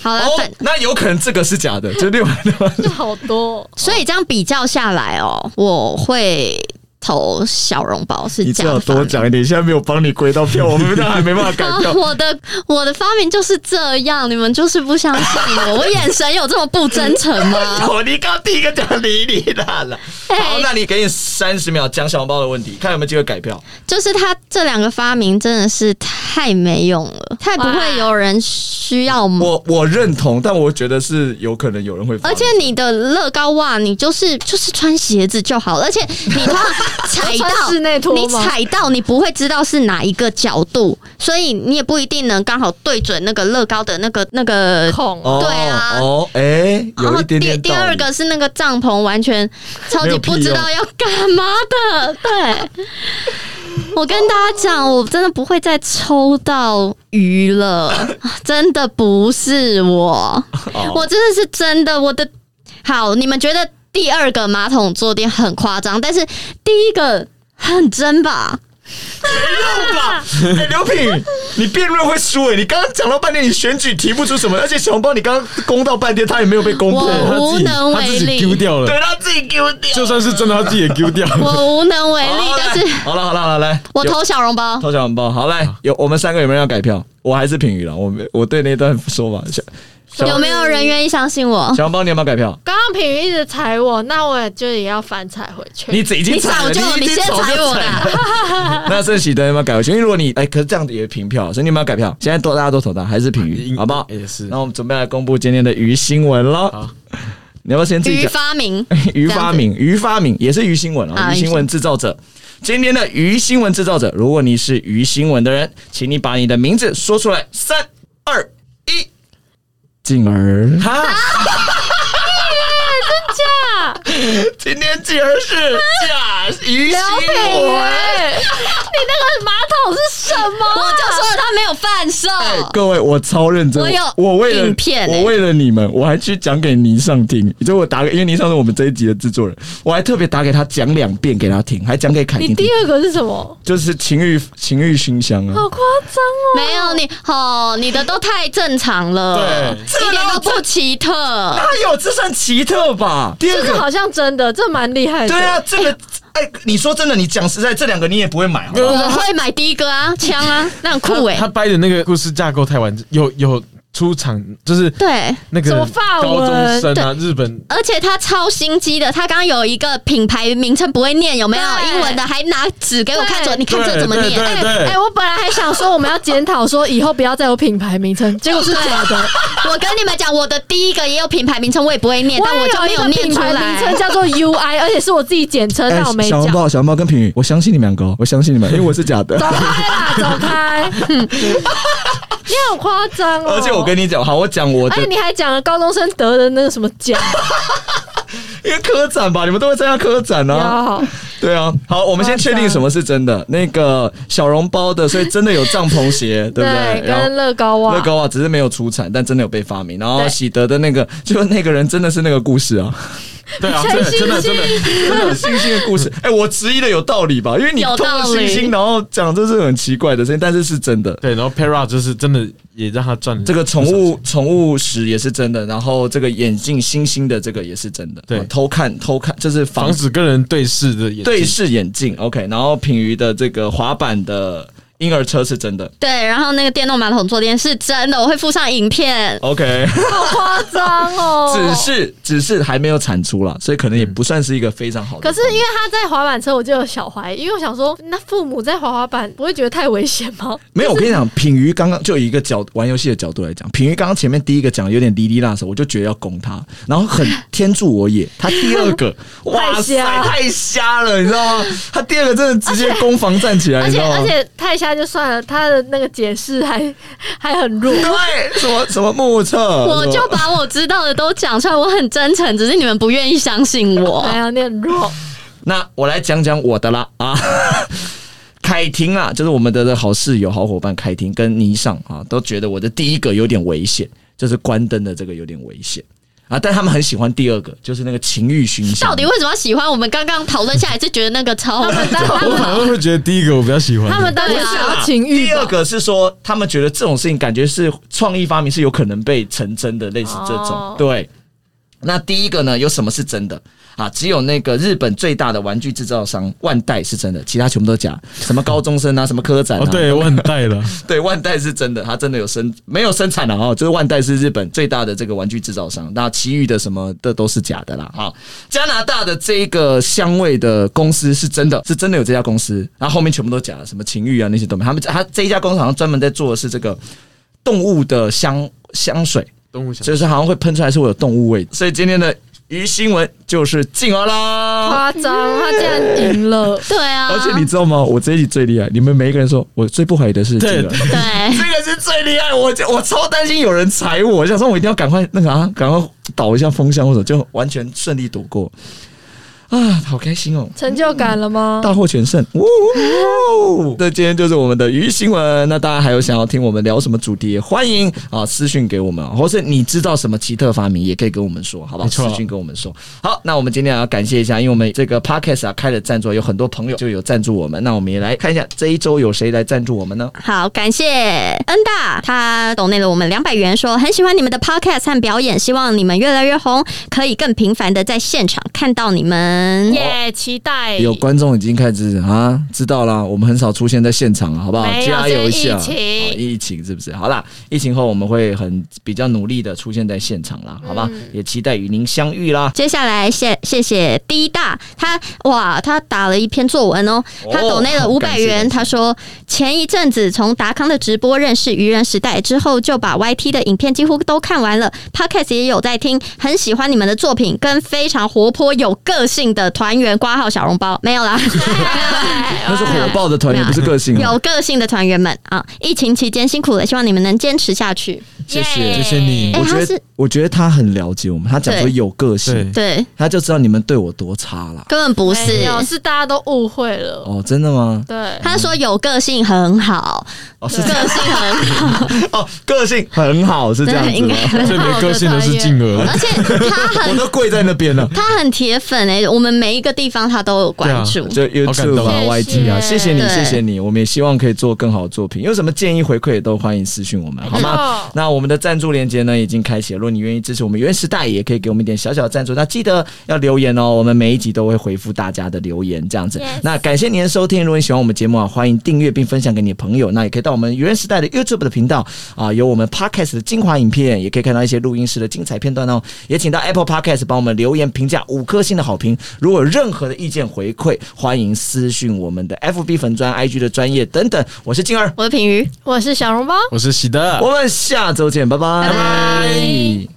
[SPEAKER 2] 好了，
[SPEAKER 1] 哦
[SPEAKER 2] 反，
[SPEAKER 1] 那有可能这个是假的，就另外 的。
[SPEAKER 3] 这好多哦、
[SPEAKER 2] 所以这样比较下来哦，我会投小笼包是
[SPEAKER 1] 你
[SPEAKER 2] 这
[SPEAKER 1] 最
[SPEAKER 2] 样
[SPEAKER 1] 好
[SPEAKER 2] 发
[SPEAKER 1] 多
[SPEAKER 2] 明。
[SPEAKER 1] 讲一点，现在没有帮你归到票，我们这还没办法改
[SPEAKER 2] 啊
[SPEAKER 1] 票。
[SPEAKER 2] 我的我的发明就是这样，你们就是不相信我，我眼神有这么不真诚 吗？
[SPEAKER 1] 我哦你刚第一个讲你你啦啦，好，那你给你三十秒讲小笼包的问题，看有没有机会改票。
[SPEAKER 2] 就是他这两个发明真的是太没用了，太不会有人需要买。
[SPEAKER 1] 我我认同，但我觉得是有可能有人会发
[SPEAKER 2] 而
[SPEAKER 1] 明。
[SPEAKER 2] 且你的乐高袜，你就是就是穿鞋子就好了，而且你通常踩
[SPEAKER 3] 穿
[SPEAKER 2] 到
[SPEAKER 3] 室内拖吗
[SPEAKER 2] 你踩到你不会知道是哪一个角度，所以你也不一定能刚好对准那个乐高的那个那个
[SPEAKER 3] 孔
[SPEAKER 1] 哦
[SPEAKER 2] 对啊
[SPEAKER 1] 哦，哎、
[SPEAKER 2] 然
[SPEAKER 1] 有哦
[SPEAKER 2] 后
[SPEAKER 1] 一点
[SPEAKER 2] 第
[SPEAKER 1] 点
[SPEAKER 2] 第二
[SPEAKER 1] 道理
[SPEAKER 2] 个是那个帐篷，完全超
[SPEAKER 1] 没
[SPEAKER 2] 级
[SPEAKER 1] 有屁
[SPEAKER 2] 不知道要干嘛的，对。 我跟大家讲，我真的不会再抽到鱼了， 真的不是 我，
[SPEAKER 1] 哦
[SPEAKER 2] 我真的是真的，我的好，你们觉得第二个马桶坐垫很夸张，但是第一个很 真吧？
[SPEAKER 1] 哎刘品，你辩论会输哎、你刚刚讲到半天，你选举提不出什么，而且小红包你刚刚公道半天，他也没有被公布，
[SPEAKER 2] 我
[SPEAKER 4] 他自
[SPEAKER 2] 无
[SPEAKER 4] 己
[SPEAKER 2] 能
[SPEAKER 4] 他自
[SPEAKER 2] 为
[SPEAKER 4] 己
[SPEAKER 2] 力
[SPEAKER 4] 丢掉了，
[SPEAKER 1] 对他自己给我掉。
[SPEAKER 4] 就算是真的，他自己也丢掉。
[SPEAKER 2] 我无能为力，
[SPEAKER 1] 哦好啊
[SPEAKER 2] 但是
[SPEAKER 1] 来好了好了好了，来，
[SPEAKER 2] 我
[SPEAKER 1] 有
[SPEAKER 2] 投小笼包。
[SPEAKER 1] 投小红包，好来，有我们三个有没有人要改票？我还是品语了，我没我对那段说法，小小
[SPEAKER 2] 有没有人愿意相信我？
[SPEAKER 1] 小红包你有没有改票？
[SPEAKER 3] 刚刚品瑜一直踩我，那我也就也要反踩回去。
[SPEAKER 1] 你已经
[SPEAKER 2] 你
[SPEAKER 1] 惨
[SPEAKER 2] 早
[SPEAKER 1] 了，
[SPEAKER 2] 就
[SPEAKER 1] 你已
[SPEAKER 2] 你
[SPEAKER 1] 经
[SPEAKER 2] 先
[SPEAKER 1] 早就
[SPEAKER 2] 踩我的啊，
[SPEAKER 1] 那剩喜德有没有改回去？因为如果你哎、可是这样子也平票，所以你有没有改票？现在都大家都投他，还是平鱼，好不好？
[SPEAKER 4] 啊也是
[SPEAKER 1] 那我们准备来公布今天的鱼新闻喽
[SPEAKER 4] 好。
[SPEAKER 1] 你要不要先自己
[SPEAKER 2] 鱼
[SPEAKER 1] 讲？
[SPEAKER 2] 发明
[SPEAKER 1] 鱼发明，鱼发明也是鱼新闻啊，
[SPEAKER 2] 啊
[SPEAKER 1] 鱼新闻制造者。今天的鱼新闻制造者，如果你是鱼新闻的人，请你把你的名字说出来，三二一，静儿。哈， 真假？今天静儿是假鱼新 闻。
[SPEAKER 5] 马桶是什
[SPEAKER 3] 啊
[SPEAKER 5] 么？
[SPEAKER 2] 我就说了他没有贩售。
[SPEAKER 1] 哎，各位，我超认真，
[SPEAKER 2] 我有
[SPEAKER 1] 我为了
[SPEAKER 2] 影片欸
[SPEAKER 1] 我为了你们，我还去讲给倪尚听，就我打给，因为倪尚是我们这一集的制作人，我还特别打给他讲两遍给他听，还讲给凯
[SPEAKER 3] 你
[SPEAKER 1] 婷
[SPEAKER 3] 第
[SPEAKER 1] 听，
[SPEAKER 3] 二个是什么？
[SPEAKER 1] 就是情欲情欲熏香啊，
[SPEAKER 3] 好夸张哦！
[SPEAKER 2] 嗯没有你，哦，你的都太正常了，一点都不奇特。
[SPEAKER 1] 哪有这算奇特吧？第二
[SPEAKER 3] 这个
[SPEAKER 1] 个，
[SPEAKER 3] 好像真的，这蛮厉害的。
[SPEAKER 1] 对啊，这个，哎，你说真的，你讲实在，这两个你也不会买，好不
[SPEAKER 3] 啊
[SPEAKER 1] 好
[SPEAKER 2] 我会买第一个啊，枪啊，那很酷哎、
[SPEAKER 4] 他掰的那个故事架构太完整，有有出场就是
[SPEAKER 2] 对，
[SPEAKER 4] 那
[SPEAKER 3] 什么
[SPEAKER 4] 个
[SPEAKER 3] 法
[SPEAKER 4] 高中
[SPEAKER 3] 文
[SPEAKER 4] 生啊，日本
[SPEAKER 2] 而且它超心机的，它刚刚有一个品牌名称不会念，有没有
[SPEAKER 3] 对
[SPEAKER 2] 英文的？还拿纸给我看说，
[SPEAKER 3] 对
[SPEAKER 2] 你看这
[SPEAKER 4] 对
[SPEAKER 2] 怎么
[SPEAKER 4] 对
[SPEAKER 2] 念？
[SPEAKER 4] 对
[SPEAKER 2] 哎
[SPEAKER 4] 对
[SPEAKER 3] 哎、我本来还想说我们要检讨，说以后不要再有品牌名
[SPEAKER 2] 啊
[SPEAKER 3] 称，结果是
[SPEAKER 2] 哎
[SPEAKER 3] 假的。
[SPEAKER 2] 我跟你们讲，我的第一个也有品牌名称，我也不会念，但我
[SPEAKER 3] 也
[SPEAKER 2] 就没
[SPEAKER 3] 一
[SPEAKER 2] 有
[SPEAKER 3] 个
[SPEAKER 2] 念
[SPEAKER 3] 品
[SPEAKER 2] 出
[SPEAKER 3] 牌名称
[SPEAKER 2] 来。哎
[SPEAKER 3] 叫做 UI，而且是我自己简称，但我没
[SPEAKER 1] 小
[SPEAKER 3] 讲
[SPEAKER 1] 红。包，小红包跟平宇，我相信你们两个哦，我相信 你们，因为我是假的。
[SPEAKER 3] 走开啦，走开！ 你好夸张哦！
[SPEAKER 1] 而且我跟你讲，好，我讲我
[SPEAKER 3] 而且
[SPEAKER 1] 的，
[SPEAKER 3] 你还讲了高中生得的那个什么奖，
[SPEAKER 1] 因为科展吧，你们都会参加科展啊。
[SPEAKER 3] 要
[SPEAKER 1] 对啊，好，我们先确定什么是真的。那个小笼包的，所以真的有帐篷 鞋，对不对？然
[SPEAKER 3] 跟
[SPEAKER 1] 后
[SPEAKER 3] 乐高袜
[SPEAKER 1] 乐，高啊，只是没有出产，但真的有被发明。然后
[SPEAKER 3] 对
[SPEAKER 1] 喜德的那个， 就那个人真的是那个故事啊，
[SPEAKER 4] 对啊，真的真的真的，
[SPEAKER 1] 真的有星星的故 事。哎、我质疑的有道理吧？因为你
[SPEAKER 2] 有
[SPEAKER 1] 通
[SPEAKER 2] 道
[SPEAKER 1] 过
[SPEAKER 2] 理
[SPEAKER 1] 星星，然后讲这是很奇怪的事情，但是是真的。
[SPEAKER 4] 对，然后 Para 就是真的也让他赚了
[SPEAKER 1] 这个宠
[SPEAKER 4] 不少
[SPEAKER 1] 物
[SPEAKER 4] 钱，
[SPEAKER 1] 宠物史也是真的，然后这个眼镜星星的这个也是真的。哦
[SPEAKER 4] 对
[SPEAKER 1] 偷看偷看，就是防
[SPEAKER 4] 防止跟人对视的眼睛
[SPEAKER 1] 对视眼镜。OK，然后品瑜的这个滑板的婴儿车是真的。
[SPEAKER 2] 对，然后那个电动马桶坐垫是真的，我会附上影片。
[SPEAKER 1] OK，
[SPEAKER 3] 好夸张哦！
[SPEAKER 1] 只是只是还没有产出啦，所以可能也不算是一个非常好的。
[SPEAKER 3] 可是因为他在滑板车，我就有小怀疑，因为我想说，那父母在滑滑板不会觉得太危险吗？
[SPEAKER 1] 没有，我跟你讲，品瑜刚刚就以一个角玩游戏的角度来讲，品瑜刚刚前面第一个讲有点滴滴拉手，我就觉得要攻他，然后很天助我也。他第二个，哇塞，
[SPEAKER 3] 瞎
[SPEAKER 1] 太瞎了，你知道吗？他第二个真的直接攻防站起来，
[SPEAKER 3] 而
[SPEAKER 1] 你知
[SPEAKER 3] 且
[SPEAKER 1] 道
[SPEAKER 3] 而
[SPEAKER 1] 吗？
[SPEAKER 3] 且太瞎就算了，他的那个解释还还很 弱。
[SPEAKER 1] 对，什么什么目测，
[SPEAKER 2] 我
[SPEAKER 1] 什
[SPEAKER 2] 就
[SPEAKER 1] 么
[SPEAKER 2] 把我知道的都讲出来，我很真诚，只是你们不愿意相 信我。
[SPEAKER 3] 哎呀，你很弱，
[SPEAKER 1] 那我来讲讲我的啦啊。 凯婷啊，就是我们的好室友、好伙伴凯婷跟倪尚啊，都觉得我的第一个有点危险，就是关灯的这个有点危险啊，但他们很喜欢第二个，就是那个情欲熏香。
[SPEAKER 2] 到底为什么要喜欢？我们刚刚讨论下来就觉得那个超好笑
[SPEAKER 4] 我反而会觉得第一个我比较喜欢，
[SPEAKER 3] 他们当然
[SPEAKER 2] 对啊
[SPEAKER 3] 是有情欲吧。
[SPEAKER 1] 第二个是说，他们觉得这种事情感觉是创意发明是有可能被成真的，类似这种。
[SPEAKER 3] 哦
[SPEAKER 1] 对，那第一个呢，有什么是真的啊？只有那个日本最大的玩具制造商万代是真的，其他全部都假。什么高中生啊，什么科展啊，
[SPEAKER 4] 哦，对我很带 了，
[SPEAKER 1] 对，万代是真的，它真的有生没有生产的哦，就是万代是日本最大的这个玩具制造商，那其余的什么的都是假的啦。好，加拿大的这个香味的公司是真的，是真的有这家公司，然后后面全部都假的，什么情欲啊那些都没有。他们他这一家公司好像专门在做的是这个动物的香香水，
[SPEAKER 4] 动物小
[SPEAKER 1] 就是好像会喷出来是会有动物味，所以今天的鱼新闻就是进而啦。
[SPEAKER 4] 啊
[SPEAKER 3] 夸张，他竟然赢了
[SPEAKER 2] 。对啊，
[SPEAKER 1] 而且你知道吗？我这一集最厉害，你们每一个人说，我最不怀疑的是这
[SPEAKER 4] 对
[SPEAKER 1] 个。
[SPEAKER 2] 对
[SPEAKER 1] 这个是最厉害，我就我超担心有人踩我，我想说我一定要赶快那个啊，赶快倒一下风箱或者就完全顺利躲过。啊，好开心哦！
[SPEAKER 3] 成就感 了吗？
[SPEAKER 1] 大获全胜。呜呜！那今天就是我们的鱼新闻。那大家还有想要听我们聊什么主题，也欢迎啊私讯给我们，或是你知道什么奇特发明，也可以跟我们说，好不好？
[SPEAKER 4] 没错
[SPEAKER 1] 私讯跟我们说。好，那我们今天也要感谢一下，因为我们这个 podcast 啊开了赞助，有很多朋友就有赞助我们。那我们也来看一下这一周有谁来赞助我们呢？
[SPEAKER 2] 好，感谢恩大，他抖内了我们两百元说，很喜欢你们的 podcast 和表演，希望你们越来越红，可以更频繁的在现场看到你们。
[SPEAKER 5] 耶，期待
[SPEAKER 1] 有观众已经开始啊，知道啦，我们很少出现在现场了，好不好？
[SPEAKER 5] 没有
[SPEAKER 1] 加油一下，
[SPEAKER 5] 是疫情
[SPEAKER 1] 哦疫情是不是？好啦，疫情后我们会很比较努力的出现在现场啦，好吧？
[SPEAKER 5] 嗯
[SPEAKER 1] 也期待与您相遇啦。
[SPEAKER 2] 接下来谢谢谢 D 大，他哇，他打了一篇作文哦，他
[SPEAKER 1] 哦
[SPEAKER 2] 抖内了
[SPEAKER 1] 好
[SPEAKER 2] 五
[SPEAKER 1] 感
[SPEAKER 2] 百
[SPEAKER 1] 谢
[SPEAKER 2] 元，他说前一阵子从达康的直播认识愚人时代之后，就把 YT 的影片几乎都看完了，Podcast 也有在听，很喜欢你们的作品，跟非常活泼有个性的团员挂号小笼包没有 啦。
[SPEAKER 3] 哎
[SPEAKER 5] 啊
[SPEAKER 1] 那是火爆的团员，
[SPEAKER 2] 没有
[SPEAKER 1] 不是个性啊。
[SPEAKER 2] 有个性的团员们啊！疫情期间辛苦了，希望你们能坚持下去。
[SPEAKER 1] 谢谢
[SPEAKER 4] 谢谢你
[SPEAKER 2] 哎、
[SPEAKER 1] 我
[SPEAKER 2] 他
[SPEAKER 1] 觉得
[SPEAKER 2] 是，
[SPEAKER 1] 我觉得他很了解我们，他讲说
[SPEAKER 2] 对
[SPEAKER 1] 有个性
[SPEAKER 4] 对，
[SPEAKER 2] 对，
[SPEAKER 1] 他就知道你们对我多差啦。
[SPEAKER 2] 根本不
[SPEAKER 5] 没
[SPEAKER 2] 是。
[SPEAKER 5] 有
[SPEAKER 3] 是大家都误会了，
[SPEAKER 1] 哦，真的吗？
[SPEAKER 5] 对，
[SPEAKER 2] 他说有个性很好，
[SPEAKER 1] 哦，是
[SPEAKER 2] 个
[SPEAKER 1] 这样
[SPEAKER 2] 性很好，
[SPEAKER 1] 哦，个性很好，是这样
[SPEAKER 2] 对
[SPEAKER 1] 子
[SPEAKER 2] 应
[SPEAKER 1] 吗
[SPEAKER 2] 该？
[SPEAKER 4] 最没个性的是静儿，
[SPEAKER 2] 而且他
[SPEAKER 1] 我
[SPEAKER 2] 很
[SPEAKER 1] 都跪在那边了。
[SPEAKER 2] 他很铁粉哎、我们每一个地方他都有关注。
[SPEAKER 1] 就
[SPEAKER 4] 好感
[SPEAKER 1] YouTube
[SPEAKER 4] 动
[SPEAKER 1] 啊、YT 啊，谢
[SPEAKER 5] 谢谢
[SPEAKER 1] 谢你，
[SPEAKER 2] 对
[SPEAKER 1] 谢谢你，我们也希望可以做更好的作品。有什么建议回馈也都欢迎私讯我们，好吗？
[SPEAKER 5] 哦，
[SPEAKER 1] 那我们的赞助链接呢已经开启了，如果你愿意支持我们原始大爷，也可以给我们一点小小的赞助。那记得要留言哦，我们每一集都会回复大家的留言，这样子。那感谢您的收听，如果你喜欢我们节目啊，欢迎订阅并分享给你的朋友。那也可以到我们原始代的 YouTube 的频道啊，有我们 Podcast 的精华影片，也可以看到一些录音室的精彩片段哦。也请到 Apple Podcast 帮我们留言评价五颗星的好评。如果有任何的意见回馈，欢迎私讯我们的 FB 粉专、IG 的专业等等。我是静儿，
[SPEAKER 2] 我是品瑜，
[SPEAKER 5] 我是小笼包。
[SPEAKER 4] 我是喜德，
[SPEAKER 1] 我们下周见，拜拜。
[SPEAKER 5] 拜拜